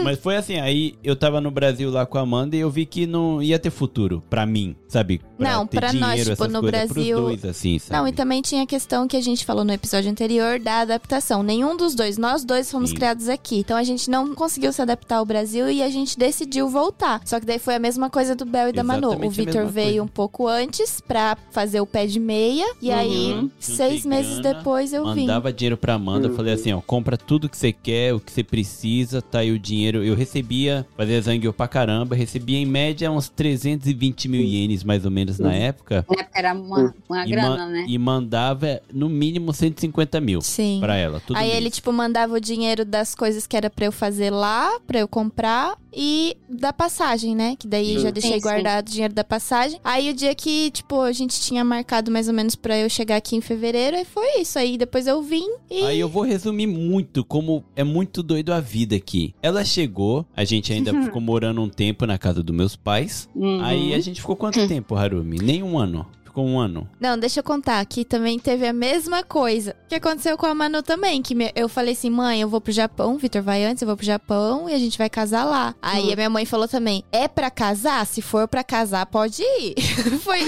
Mas foi assim, aí eu tava no Brasil lá com a Amanda e eu vi que não ia ter futuro pra mim, sabe? Pra Não, ter pra nós, dinheiro, tipo, essas no coisas, pros Brasil- dois, assim, sabe? não, então e também tinha a questão que a gente falou no episódio anterior da adaptação. Nenhum dos dois, nós dois fomos Sim. criados aqui. Então a gente não conseguiu se adaptar ao Brasil e a gente decidiu voltar. Só que daí foi a mesma coisa do Bel e da Manu. Exatamente O a Vitor mesma veio coisa. um pouco antes pra fazer o pé de meia e aí Uhum. seis Juntei meses grana, depois eu vim. Mandava dinheiro pra Amanda, Uhum. falei assim, ó, compra tudo que você quer, o que você precisa, tá aí o dinheiro. Eu recebia, fazia zangueu pra caramba, recebia em média uns 320 mil ienes, mais ou menos, na época. Na época era uma, uma E grana, ma- né? E mandava, no mínimo, 150 mil Sim. pra ela, tudo Aí mês. ele, tipo, mandava o dinheiro das coisas que era pra eu fazer lá, pra eu comprar, e da passagem, né? Que daí eu já Sim, deixei sim. guardado o dinheiro da passagem. Aí o dia que, tipo, a gente tinha marcado mais ou menos pra eu chegar aqui em fevereiro, aí foi isso. Aí depois eu vim e. Aí eu vou resumir muito como é muito doido a vida aqui. Ela chegou, a gente ainda ficou morando um tempo na casa dos meus pais. Uhum. Aí a gente ficou quanto tempo, Harumi? Nem um ano. Ficou um ano. Não, deixa eu contar, que também teve a mesma coisa que aconteceu com a Manu também. Que me- eu falei assim, mãe, eu vou pro Japão, o Vitor vai antes, eu vou pro Japão e a gente vai casar lá. Aí Hum. a minha mãe falou também, é pra casar? Se for pra casar, pode ir. Foi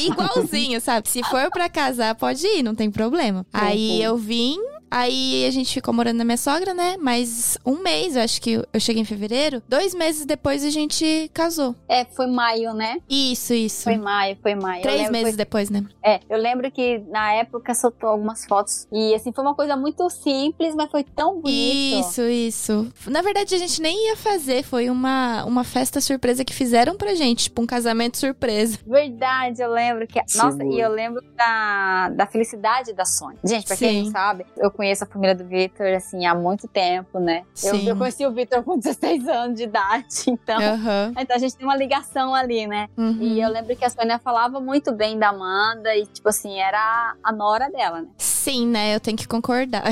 igualzinho, sabe? Se for pra casar, pode ir, não tem problema. Aí eu vim. Aí a gente ficou morando na minha sogra, né? Mas um mês, eu acho que eu cheguei em fevereiro. Dois meses depois a gente casou. É, foi maio, né? Isso, isso. Foi maio, foi maio. Eu Três lembro, meses foi- depois, né? É, eu lembro que na época soltou algumas fotos. E assim, foi uma coisa muito simples, mas foi tão bonito. Isso, isso. Na verdade, a gente nem ia fazer. Foi uma, uma festa surpresa que fizeram pra gente. Tipo, um casamento surpresa. Verdade, eu lembro que. Sim, Nossa, boa. e eu lembro da, da felicidade da Sônia. Gente, pra Sim. quem não sabe, eu conheço a família do Vitor, assim, há muito tempo, né? Eu, Sim. eu conheci o Vitor com 16 anos de idade, então. Aham. Então a gente tem uma ligação ali, né? Uhum. E eu lembro que a Sônia falava muito bem da Amanda e, tipo assim, era a nora dela, né? Sim, né? Eu tenho que concordar.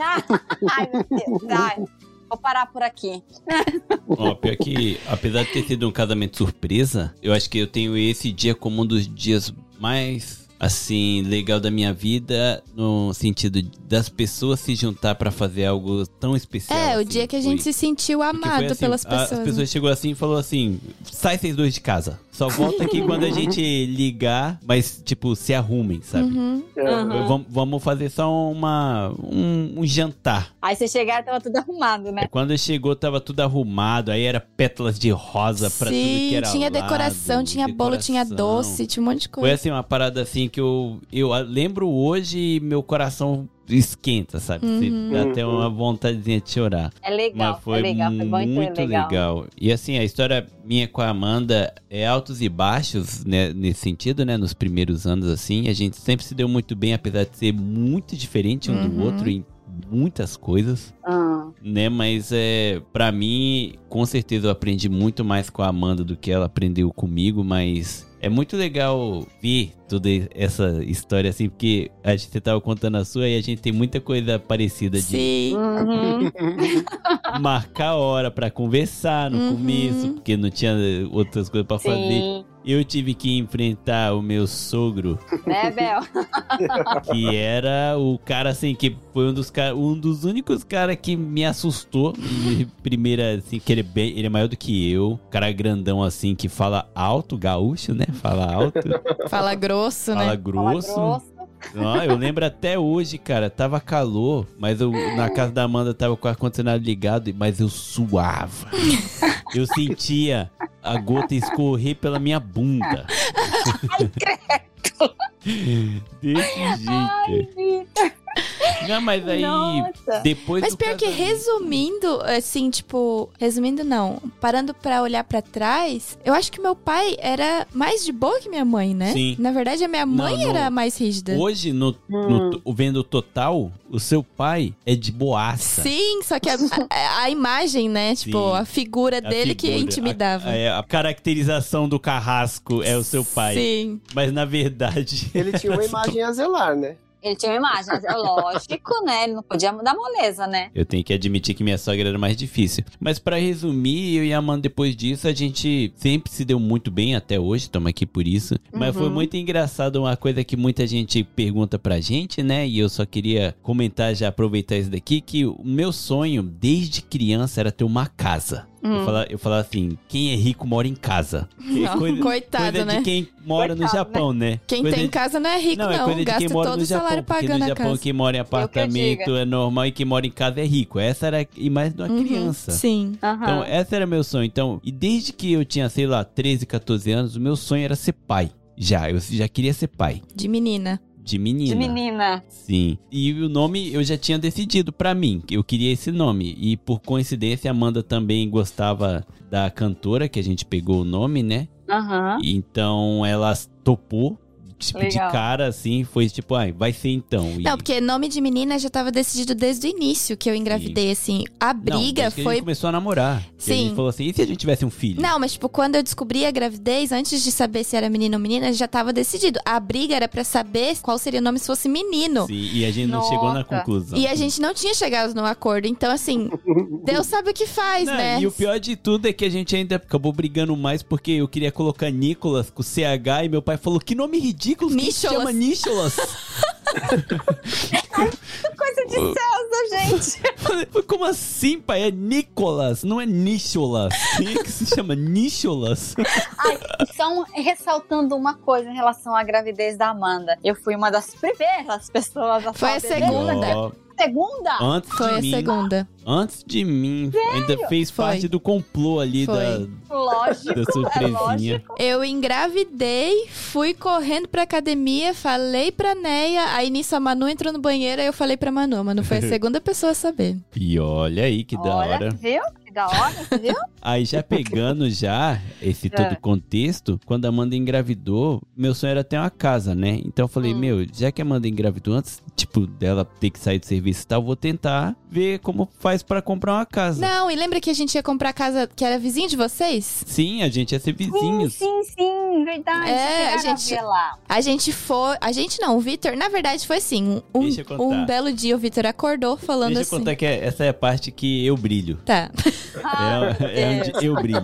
Ah, ai, meu Deus, ai. Vou parar por aqui. Ó, pior que, apesar de ter sido um casamento surpresa, eu acho que eu tenho esse dia como um dos dias mais, assim, legal da minha vida, no sentido das pessoas se juntar pra fazer algo tão especial. é, o assim, dia que a foi. gente se sentiu Porque foi amado assim, pelas a- pessoas. As né? pessoas chegou assim e falou assim: sai vocês dois de casa. Só volta aqui quando a gente ligar, mas, tipo, se arrumem, sabe? Uhum. Uhum. Vamos, vamos fazer só uma, um, um jantar. Aí você chegar, tava tudo arrumado, né? Aí É, Quando chegou, tava tudo arrumado. Aí era pétalas de rosa pra tudo Sim, que era tinha lado, decoração, tinha bolo, tinha decoração. doce, tinha um monte de Foi coisa. assim, uma parada assim que eu, eu a- lembro hoje e meu coração esquenta, sabe? Você Uhum. Dá até uma vontadezinha de chorar. É legal, Mas foi é legal, foi bom muito e legal. E assim, a história minha com a Amanda é altos e baixos, né, nesse sentido, né, nos primeiros anos assim, a gente sempre se deu muito bem, apesar de ser muito diferente um do Uhum. outro em muitas coisas, Ah, né? Mas é, para mim, com certeza eu aprendi muito mais com a Amanda do que ela aprendeu comigo, mas é muito legal ver toda essa história assim, porque a gente você tava contando a sua e a gente tem muita coisa parecida de Sim. uhum. marcar a hora pra conversar no Uhum. começo, porque não tinha outras coisas pra fazer. Sim. Eu tive que enfrentar o meu sogro, Né, Bel? que era o cara assim que foi um dos cara, um dos únicos cara que me assustou de primeira assim, que ele é bem, ele é maior do que eu, cara grandão assim que fala alto, gaúcho, né? Fala alto, Fala grosso, fala né? grosso. né? Fala grosso. Ó, eu lembro até hoje, cara, tava calor, mas eu na casa da Amanda tava com o ar-condicionado ligado, mas eu suava. Eu sentia a gota escorrer pela minha bunda. Desse jeito. Não, mas aí. Nossa. Depois Mas do pior que é casamento- resumindo, assim, tipo, resumindo não, parando pra olhar pra trás, eu acho que meu pai era mais de boa que minha mãe, né? Sim. Na verdade, a minha Não, mãe no- era mais rígida. Hoje, no, no- vendo o total, o seu pai é de boaça. Sim, só que a, a- a imagem, né? Tipo, Sim. a figura A dele que figura, intimidava. A, é, a caracterização do carrasco é o seu pai. Sim. Mas na verdade. Ele tinha uma imagem a zelar, né? Ele tinha uma imagem, é lógico, né? Ele não podia mudar moleza, né? Eu tenho que admitir que minha sogra era mais difícil. Mas pra resumir, eu e a Amanda, depois disso, a gente sempre se deu muito bem até hoje, estamos aqui por isso. Mas Uhum. foi muito engraçado uma coisa que muita gente pergunta pra gente, né? E eu só queria comentar, já aproveitar isso daqui, que o meu sonho desde criança era ter uma casa. Eu, Hum. falava, eu falava assim: quem é rico mora em casa. Uhum. Não, coitado, coisa né? de quem mora no Coitado, Japão, né? Quem coisa tem casa não é rico, não, é não. coisa de Gasta quem mora todo no o salário Japão, porque pagando no a Japão casa. quem mora em apartamento diga. é normal e quem mora em casa é rico. Essa era a imagem de é uma Uhum, criança. Sim. Aham. Então, essa era meu sonho. Então, e desde que eu tinha, sei lá, 13, 14 anos, o meu sonho era ser pai. Já, eu já queria ser pai. De menina. De menina. De menina. Sim. E o nome eu já tinha decidido pra mim. que Eu queria esse nome. E por coincidência, a Amanda também gostava da cantora, que a gente pegou o nome, né? Aham. Então ela topou, tipo, Legal. de cara, assim, foi tipo, ai, vai ser então. E- Não, porque nome de menina já tava decidido desde o início que eu engravidei, assim. A Não, briga desde que A foi. gente começou a namorar. E a Sim. gente falou assim, e se a gente tivesse um filho? Não, mas tipo, quando eu descobri a gravidez, antes de saber se era menino ou menina, já tava decidido. A briga era pra saber qual seria o nome se fosse menino. Sim, e a gente não chegou na Nossa. conclusão. E a gente não tinha chegado num acordo. Então, assim, Deus sabe o que faz, Não, né? E o pior de tudo é que a gente ainda acabou brigando mais porque eu queria colocar Nicolas com CH e meu pai falou: que nome ridículo, quem se Nicholas." chama Nicholas? Coisa de Celso, gente. Falei, Como assim, pai? É Nicolas, não é Nicholas. Quem é que se chama Nicholas? Só um, ressaltando uma coisa em relação à gravidez da Amanda. Eu fui uma das primeiras pessoas a Foi a saber. segunda. Ó, Segunda? antes Foi de a mim, segunda. antes de mim, ainda fez Foi. parte do complô ali Foi. da, Lógico. da É Ah, surpresinha. lógico. Eu engravidei, fui correndo pra academia, falei pra Neia, aí nisso a Manu entrou no banheiro, aí eu falei pra Manu. A Manu foi a segunda pessoa a saber. E olha aí que da Olha, hora. Viu? Que da hora, você viu? Aí já pegando já esse todo É. contexto, quando a Amanda engravidou, meu sonho era ter uma casa, né? Então eu falei, Hum. meu, já que a Amanda engravidou antes, tipo, dela ter que sair do serviço e tal, vou tentar ver como faz pra comprar uma casa. Não, e lembra que a gente ia comprar a casa que era vizinho de vocês? Sim, a gente ia ser Sim, vizinhos. sim, sim, verdade. É, Chegaram a gente- ver lá. A gente foi. A gente não, o Vitor, na verdade, foi assim. Um, Deixa eu contar. um belo dia o Vitor acordou falando Deixa eu assim. contar que é- essa é a parte que eu brilho. Tá. Ah, Ah, É, é onde eu brilho.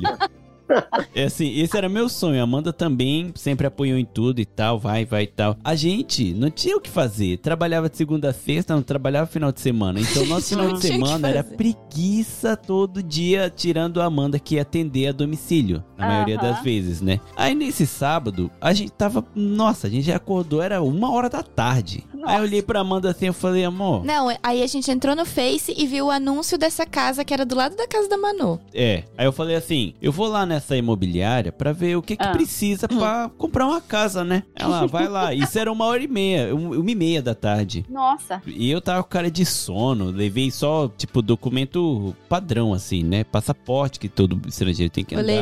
É assim, esse era meu sonho. A Amanda também sempre apoiou em tudo e tal, vai, vai e tal. A gente não tinha o que fazer. Trabalhava de segunda a sexta, não trabalhava final de semana. Então, nosso final Não de tinha o que semana era fazer. preguiça todo dia, tirando a Amanda que ia atender a domicílio, na maioria Aham. das vezes, né? Aí, nesse sábado, a gente tava. Nossa, a gente já acordou, era uma hora da tarde. Aí, eu olhei pra Amanda assim, eu falei, amor, Não, aí a gente entrou no Face e viu o anúncio dessa casa que era do lado da casa da Manu. É. Aí eu falei assim: eu vou lá nessa imobiliária pra ver o que, que Ah. precisa pra comprar uma casa, né? Ela vai lá. Isso era uma hora e meia, um- uma e meia da tarde. Nossa. E eu tava com cara de sono, levei só, tipo, documento padrão, assim, né? Passaporte que todo estrangeiro tem que andar. é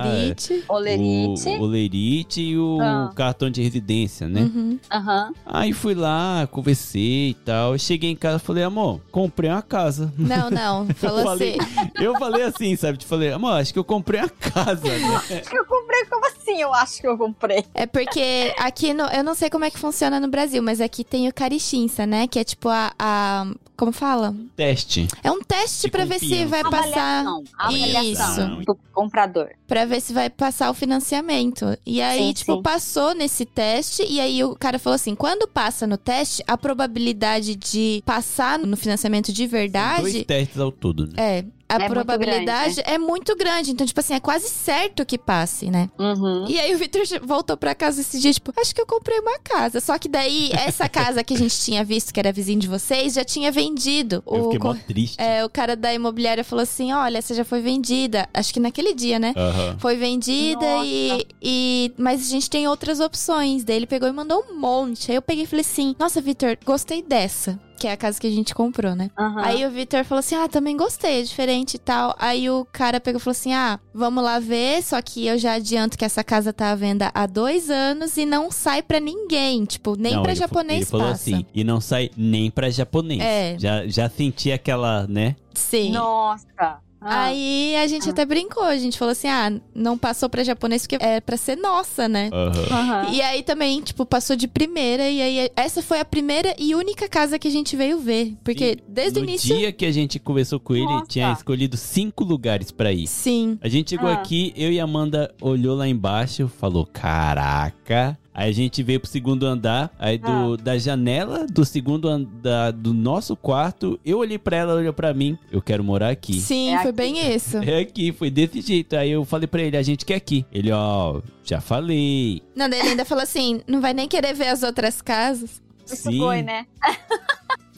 Olerite. Olerite. O, o lerite e o Ah. cartão de residência, né? Uhum. Aham. Aí fui lá, conversei e tal. Cheguei em casa, falei, amor, comprei uma casa. Não, não. Falou Eu falei- assim. Eu falei assim, sabe? Te falei, amor, acho que eu comprei uma casa, né? Eu comprei, como assim? Eu acho que eu comprei. É porque aqui no. Eu não sei como é que funciona no Brasil, mas aqui tem o carichinça, né? Que é tipo a. a- como fala? Teste. É um teste De pra ver se confiança. vai passar. Avaliação. Avaliação Isso. do comprador. Pra ver se vai passar o financiamento. E aí, Sim, tipo, sim. passou nesse teste. E aí o cara falou assim: quando passa no teste, a probabilidade de passar no financiamento de Dois verdade. testes ao todo, né? É. A É muito probabilidade é muito grande. Então, tipo assim, é quase certo que passe, né? Uhum. E aí o Victor che- voltou pra casa esse dia, tipo, acho que eu comprei uma casa. Só que daí, essa casa que a gente tinha visto, que era vizinho de vocês, já tinha vendido. eu O, fiquei co- mó triste. é, o cara da imobiliária falou assim: olha, essa já foi vendida. Acho que naquele dia, né? Aham. Foi vendida e, e- Mas a gente tem outras opções. Daí ele pegou e mandou um monte. Aí eu peguei e falei assim: Nossa, Victor, gostei dessa. Que é a casa que a gente comprou, né? Aham. Aí o Victor falou assim: Ah, também gostei, é diferente e tal. Aí o cara pegou e falou assim: Ah, vamos lá ver. Só que eu já adianto que essa casa tá à venda há dois anos e não sai pra ninguém. Tipo, nem Não, pra ele fa- japonês Ele falou passa. assim, e não sai nem pra japonês. É. Já, já senti aquela, né? Sim. Nossa. Ah. Aí a gente até brincou, a gente falou assim: ah, não passou pra japonês porque é pra ser nossa, né? Aham. Aham. E aí também, tipo, passou de primeira. E aí, essa foi a primeira e única casa que a gente veio ver. Sim, Porque desde o no início. dia que a gente conversou com ele, Nossa. tinha escolhido cinco lugares pra ir. Sim. A gente chegou Ah. aqui, eu e a Amanda olhou lá embaixo, falou, caraca. Aí a gente veio pro segundo andar, aí do, Ah. da janela do segundo andar do nosso quarto, eu olhei pra ela, ela olhou pra mim, eu quero morar aqui. Sim, É foi aqui. bem isso. É aqui, foi desse jeito. Aí eu falei pra ele, a gente quer aqui. Ele, ó, já falei. Não, daí ele ainda falou assim: não vai nem querer ver as outras casas. Isso sim, foi, né?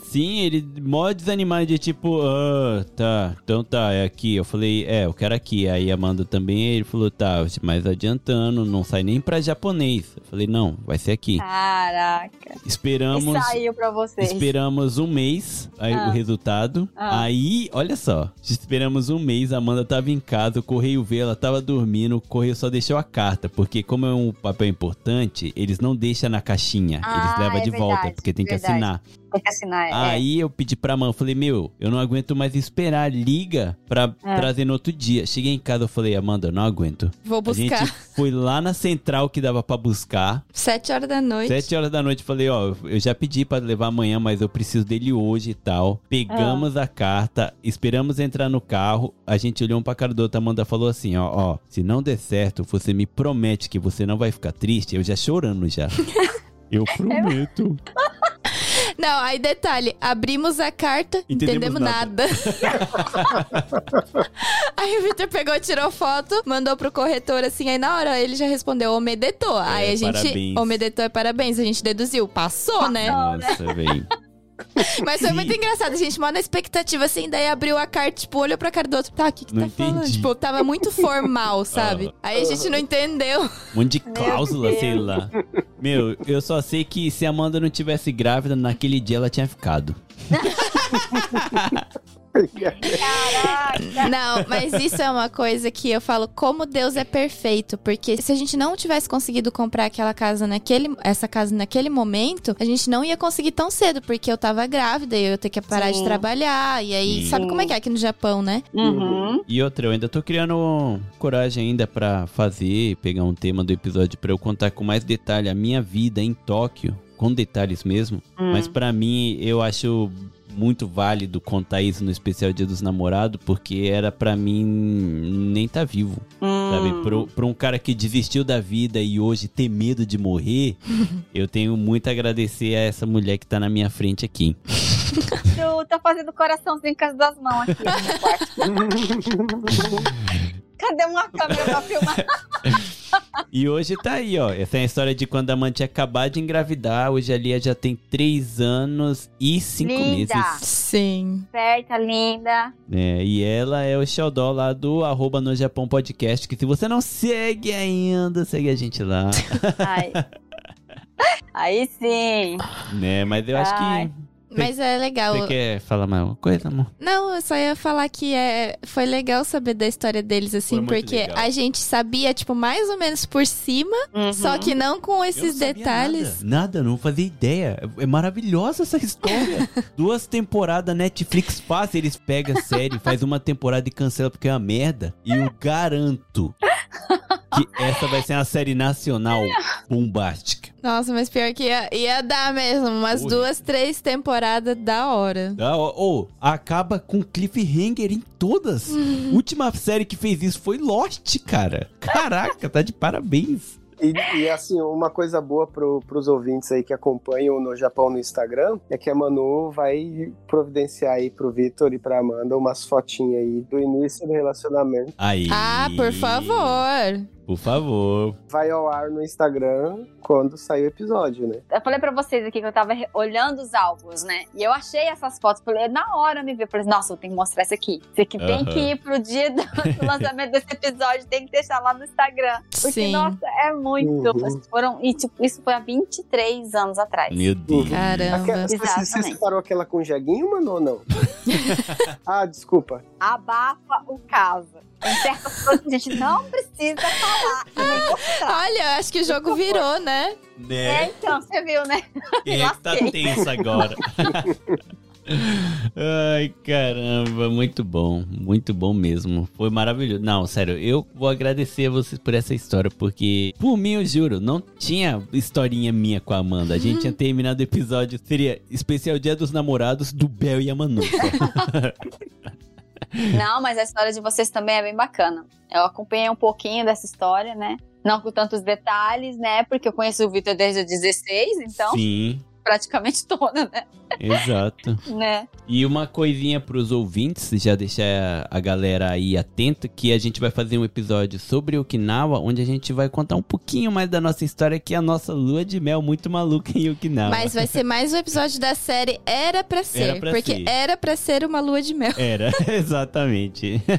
sim, ele mó desanimado de tipo, ah, tá, então tá, é aqui. Eu falei, é, eu quero aqui. Aí a Amanda também, ele falou, tá, mas adiantando, não sai nem pra japonês. Eu falei, não, vai ser aqui. Caraca. Esperamos. Tá. E saiu pra vocês. Esperamos um mês aí, Ah. o resultado. Ah. Aí, olha só. Esperamos um mês, a Amanda tava em casa, o correio veio, ela tava dormindo, o correio só deixou a carta, porque como é um papel importante, eles não deixam na caixinha, Ah, eles levam é de volta, verdade, porque tem que verdade. assinar. Tem que assinar. é. Aí eu pedi pra mãe, eu falei, meu, eu não aguento mais esperar, liga pra É. trazer no outro dia. Cheguei em casa, eu falei, Amanda, eu não aguento. Vou A buscar. gente foi lá na central que dava pra buscar, Sete horas da noite. Sete horas da noite, falei, ó, eu já pedi pra levar amanhã, mas eu preciso dele hoje e tal. Pegamos a carta, esperamos entrar no carro, a gente olhou um pra cara do outro, a Amanda falou assim, ó, ó, se não der certo, você me promete que você não vai ficar triste, eu já chorando já. eu prometo. Não, aí detalhe: abrimos a carta, Entendemos entendemos, nada. aí o Victor pegou, tirou foto, mandou pro corretor assim. Aí na hora ele já respondeu: omedetou. aí a gente. É, parabéns. Omedetou é parabéns. A gente deduziu. Passou, né? Nossa, velho. Mas foi Sim. muito engraçado, gente. Mó na expectativa, assim, daí abriu a carta, tipo, olhou pra cara do outro. Tá, o que, que tá Não falando? entendi. Tipo, tava muito formal, sabe? Aham. Aí a gente não entendeu. Um monte de Meu cláusula, Deus. sei lá. Meu, eu só sei que se a Amanda não tivesse grávida, naquele dia ela tinha ficado. Caraca. Não, mas isso é uma coisa que eu falo, como Deus é perfeito. Porque se a gente não tivesse conseguido comprar aquela casa naquele. Essa casa naquele momento, a gente não ia conseguir tão cedo, porque eu tava grávida e eu ia ter que parar Sim. de trabalhar. E aí, Sim. sabe como é que é aqui no Japão, né? Uhum. E outra, eu ainda tô criando coragem ainda pra fazer, pegar um tema do episódio pra eu contar com mais detalhe a minha vida em Tóquio, com detalhes mesmo. Hum. Mas pra mim, eu acho muito válido contar isso no especial Dia dos Namorados, porque era pra mim nem tá vivo, Hum. sabe? Pro, pra um cara que desistiu da vida e hoje ter medo de morrer, eu tenho muito a agradecer a essa mulher que tá na minha frente aqui. Eu tô tá fazendo coraçãozinho com as duas mãos aqui no meu quarto. Cadê uma câmera pra filmar? E hoje tá aí, ó. Essa é a história de quando a Mandy tinha acabado de engravidar. Hoje a Lia já tem 3 anos e 5 Linda. meses. Sim. Esperta, linda. É, e ela é o Sheldon lá do arroba no Japão Podcast, que se você não segue ainda, segue a gente lá, Ai. Aí sim. né? Mas eu acho Ai. que... Mas é legal. Você quer falar mais uma coisa, amor? Não, eu só ia falar que é, foi legal saber da história deles, assim, Foi muito porque legal. a gente sabia, tipo, mais ou menos por cima, Uhum. só que não com Eu não esses sabia detalhes. Nada, nada, não fazia ideia. É maravilhosa essa história. Duas temporadas Netflix faz, eles pegam a série, faz uma temporada e cancela porque é uma merda. E eu garanto que essa vai ser uma série nacional bombástica. Nossa, mas pior que ia, ia dar mesmo, umas Ui. duas, três temporadas da hora. Ah, ó, ó, acaba com cliffhanger em todas. Uhum. Última série que fez isso foi Lost, cara. Caraca, tá de parabéns. E, e, assim, uma coisa boa pro, pros ouvintes aí que acompanham no Japão no Instagram é que a Manu vai providenciar aí pro Vitor e pra Amanda umas fotinhas aí do início do relacionamento. Aí. Ah, por favor. Por favor. Vai ao ar no Instagram quando sair o episódio, né? Eu falei pra vocês aqui que eu tava re- olhando os álbuns, né? E eu achei essas fotos. Falei, é na hora eu me vi. Eu Falei, nossa, eu tenho que mostrar isso aqui. Isso aqui tem Aham. que ir pro dia do do lançamento desse episódio. Tem que deixar lá no Instagram. Porque, Sim. nossa, é muito. Uhum. Foram, e, tipo, isso foi há 23 anos atrás. Meu Deus. Caramba. Aquela- assim, você- Você Exatamente. separou aquela com o Jeguinho, Manu, ou não? ah, desculpa. Abafa o caso. Tem certas coisas que a gente não precisa falar. Nem mostrar. Olha, acho que o jogo virou, né? Né? É, então, você viu, né? Quem é que tá Lasquei. tenso agora? Ai, caramba, muito bom, muito bom mesmo. Foi maravilhoso. Não, sério, eu vou agradecer a vocês por essa história, porque, por mim, eu juro, não tinha historinha minha com a Amanda. A gente tinha terminado o episódio, seria especial Dia dos Namorados do Bel e a Manu. Não, mas a história de vocês também é bem bacana. Eu acompanhei um pouquinho dessa história, né? Não com tantos detalhes, né? Porque eu conheço o Vitor desde os 16, então Sim, praticamente toda, né? exato. né? E uma coisinha pros ouvintes, já deixar a galera aí atento, que a gente vai fazer um episódio sobre Okinawa, onde a gente vai contar um pouquinho mais da nossa história, que é a nossa lua de mel muito maluca em Okinawa. Mas vai ser mais um episódio da série Era Pra Ser, pra porque ser. era pra ser uma lua de mel. Era, exatamente.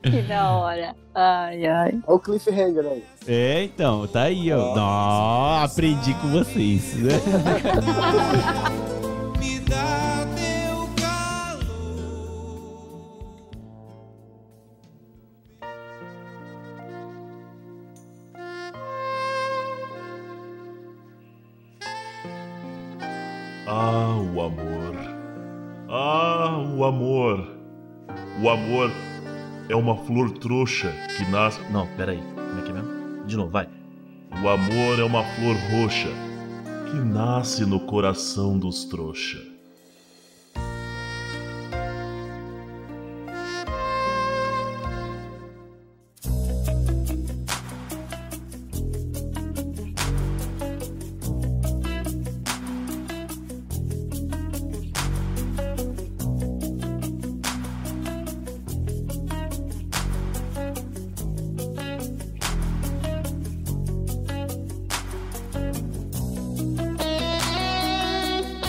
Que da hora. Ai, ai. Olha o cliffhanger aí. É, então, tá aí, ó. Nó, aprendi com vocês. né? Me dá teu calor. Ah, o amor. Ah, o amor. O amor é uma flor trouxa que nasce. Não, peraí. Como é que é mesmo? De novo, vai. O amor é uma flor roxa que nasce no coração dos trouxa.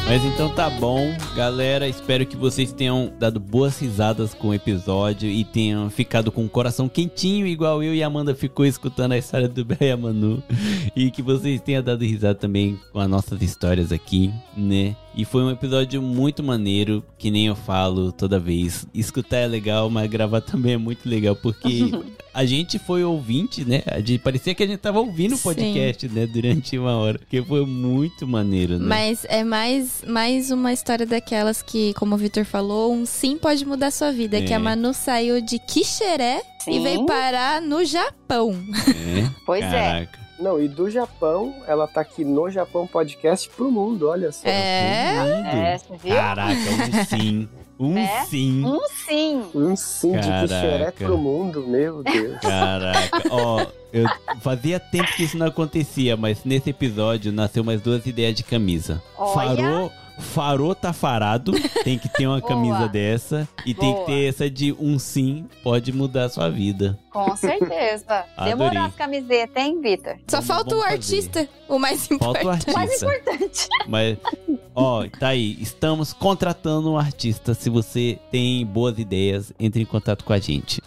Mas então tá bom, galera. Espero que vocês tenham dado boas risadas com o episódio e tenham ficado com o coração quentinho, igual eu e a Amanda ficou escutando a história do Bel e a Manu. E que vocês tenham dado risada também com as nossas histórias aqui, né? E foi um episódio muito maneiro, que nem eu falo toda vez. Escutar é legal, mas gravar também é muito legal, porque a gente foi ouvinte, né? A gente- parecia que a gente tava ouvindo o Sim. podcast, né? Durante uma hora. Porque foi muito maneiro, né? Mas é mais, mais uma história daquelas que, como o Vitor falou, um sim pode mudar sua vida. É. Que a Manu saiu de Quixeré e Sim, veio parar no Japão. É. pois é. Caraca. Não, e do Japão, ela tá aqui no Japão Podcast pro mundo, olha só. É. É, você viu? Caraca, um sim. Um É? sim. Um sim. Um sim de Caraca. Quixeré pro mundo, meu Deus. Caraca. Ó, eu fazia tempo que isso não acontecia, mas nesse episódio nasceu mais duas ideias de camisa. Olha. Farol, Farô tafarado, tem que ter uma Boa. camisa dessa. E tem que Boa. ter essa de um sim, pode mudar a sua vida. Com certeza. Adorei. Demorou as camisetas, hein, Vitor? é Só Vamos- falta o vamos fazer. artista, o mais Falta o importante. artista. Importante. Mas, ó, tá aí. Estamos contratando um artista. Se você tem boas ideias, entre em contato com a gente.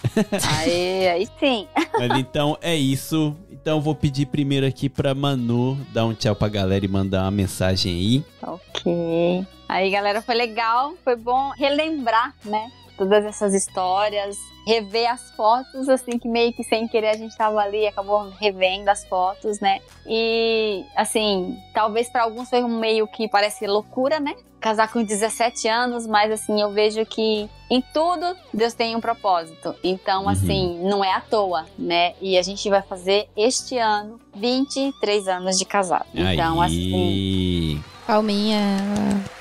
Aí, aí sim. Mas então é isso. Então vou pedir primeiro aqui pra Manu dar um tchau pra galera e mandar uma mensagem aí. Tá Ok. Aí, galera, foi legal. Foi bom relembrar, né? Todas essas histórias. Rever as fotos, assim, que meio que sem querer a gente tava ali e acabou revendo as fotos, né? E, assim, talvez pra alguns foi um meio que parece loucura, né? Casar com 17 anos, mas, assim, eu vejo que em tudo Deus tem um propósito. Então, Uhum. assim, não é à toa, né? E a gente vai fazer este ano 23 anos de casado. Então, assim. aí. Palminha.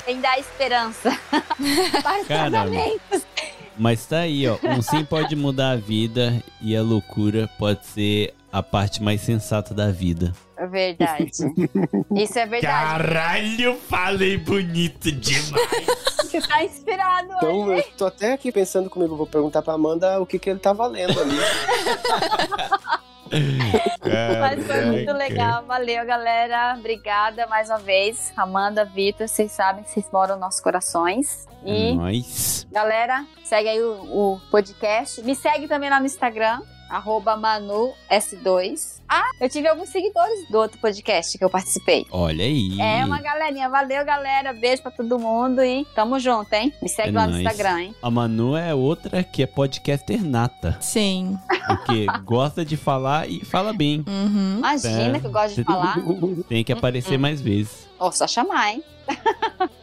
Tem dar esperança para os Caramba. casamentos. Mas tá aí, ó. Um sim pode mudar a vida e a loucura pode ser a parte mais sensata da vida. É Verdade. Isso é verdade. Caralho, falei bonito demais. Você tá inspirado. Então, eu tô até aqui pensando comigo, vou perguntar pra Amanda o que, que ele tá valendo ali. Mas é, foi muito legal. Valeu, galera. Obrigada mais uma vez. Amanda, Vitor, vocês sabem que vocês moram nos nossos corações. É E, nóis. galera, segue aí o, o podcast. Me segue também lá no Instagram. Arroba Manu S2. Ah, eu tive alguns seguidores do outro podcast que eu participei. Olha aí. É uma galerinha. Valeu, galera. Beijo pra todo mundo e tamo junto, hein? Me segue É lá no nóis. Instagram, hein? A Manu é outra que é podcaster nata. Sim. Porque gosta de falar e fala bem. Uhum. Imagina É. que eu gosto de falar. Tem que aparecer mais vezes. Ó, só chamar, hein?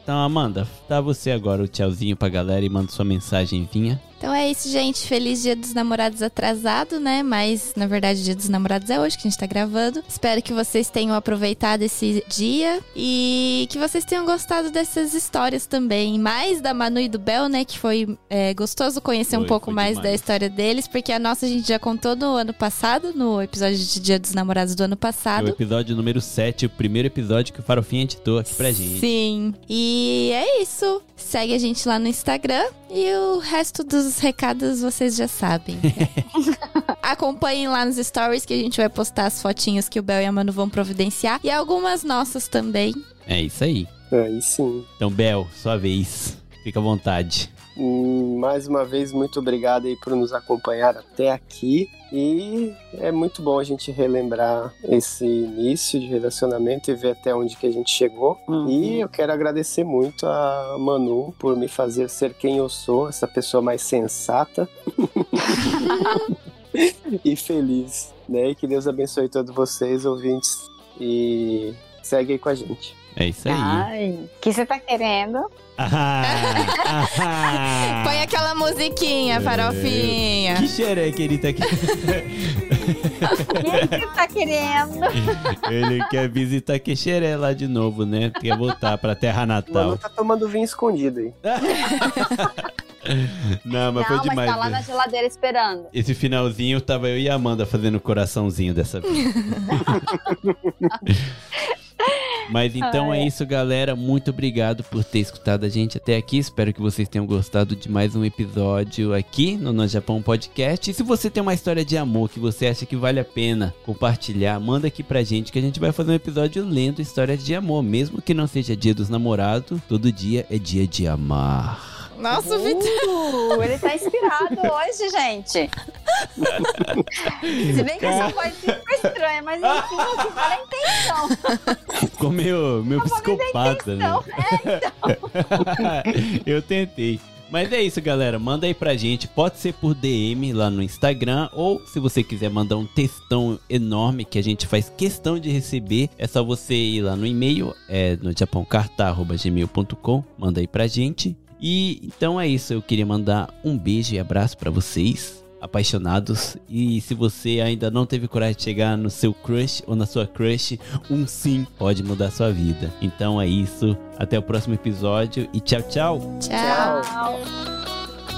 Então, Amanda, dá você agora o tchauzinho pra galera e manda sua mensagenzinha. Então é isso, gente. Feliz Dia dos Namorados atrasado, né? Mas, na verdade, o Dia dos Namorados é hoje que a gente tá gravando. Espero que vocês tenham aproveitado esse dia e que vocês tenham gostado dessas histórias também. Mais da Manu e do Bel, né? Que foi é, gostoso conhecer um Foi, pouco foi mais demais. da história deles, porque a nossa a gente já contou no ano passado, no episódio de Dia dos Namorados do ano É o passado. episódio número 7, o primeiro episódio que o Farofinha editou aqui pra gente. Sim. E é isso. Segue a gente lá no Instagram e o resto dos recados vocês já sabem. Acompanhem lá nos stories que a gente vai postar as fotinhas que o Bel e a Manu vão providenciar e algumas nossas também. É isso aí. Aí sim. Então, Bel, sua vez. Fica à vontade. Hum, Mais uma vez, muito obrigado aí por nos acompanhar até aqui. E é muito bom a gente relembrar esse início de relacionamento e ver até onde que a gente chegou. E eu quero agradecer muito a Manu por me fazer ser quem eu sou, essa pessoa mais sensata e feliz. Né? E que Deus abençoe todos vocês, ouvintes. E segue aí com a gente. É isso aí. Ai, o que você tá querendo? Ah, ah. Põe aquela musiquinha, farofinha. Que cheiro é que ele tá aqui? O que você tá querendo? Ele quer visitar Quexeré lá de novo, né? Quer voltar pra terra Manu natal. tá tomando vinho escondido aí. Não, mas Não, foi demais. mas tá lá né? na geladeira esperando. Esse finalzinho tava eu e a Amanda fazendo coraçãozinho dessa vez. Mas então é isso, galera. Muito obrigado por ter escutado a gente até aqui. Espero que vocês tenham gostado de mais um episódio aqui no No Japão Podcast. E se você tem uma história de amor que você acha que vale a pena compartilhar, manda aqui pra gente que a gente vai fazer um episódio lendo histórias de amor. Mesmo que não seja dia dos namorados, todo dia é dia de amar. Nossa, o Vitor. Uh, ele tá inspirado hoje, gente. Se bem que essa coisinha ficou estranha, mas enfim, o que vale é a intenção. Ficou meu, meu psicopata, né? Então, é, Eu tentei. Mas é isso, galera. Manda aí pra gente. Pode ser por DM lá no Instagram. Ou se você quiser mandar um textão enorme que a gente faz questão de receber, é só você ir lá no e-mail, é no japãocarta.gmail.com. Manda aí pra gente. E então é isso. Eu queria mandar um beijo e abraço pra vocês. Apaixonados, e se você ainda não teve coragem de chegar no seu crush ou na sua crush, um sim pode mudar sua vida. Então é isso. Até o próximo episódio e tchau, tchau. Tchau. tchau.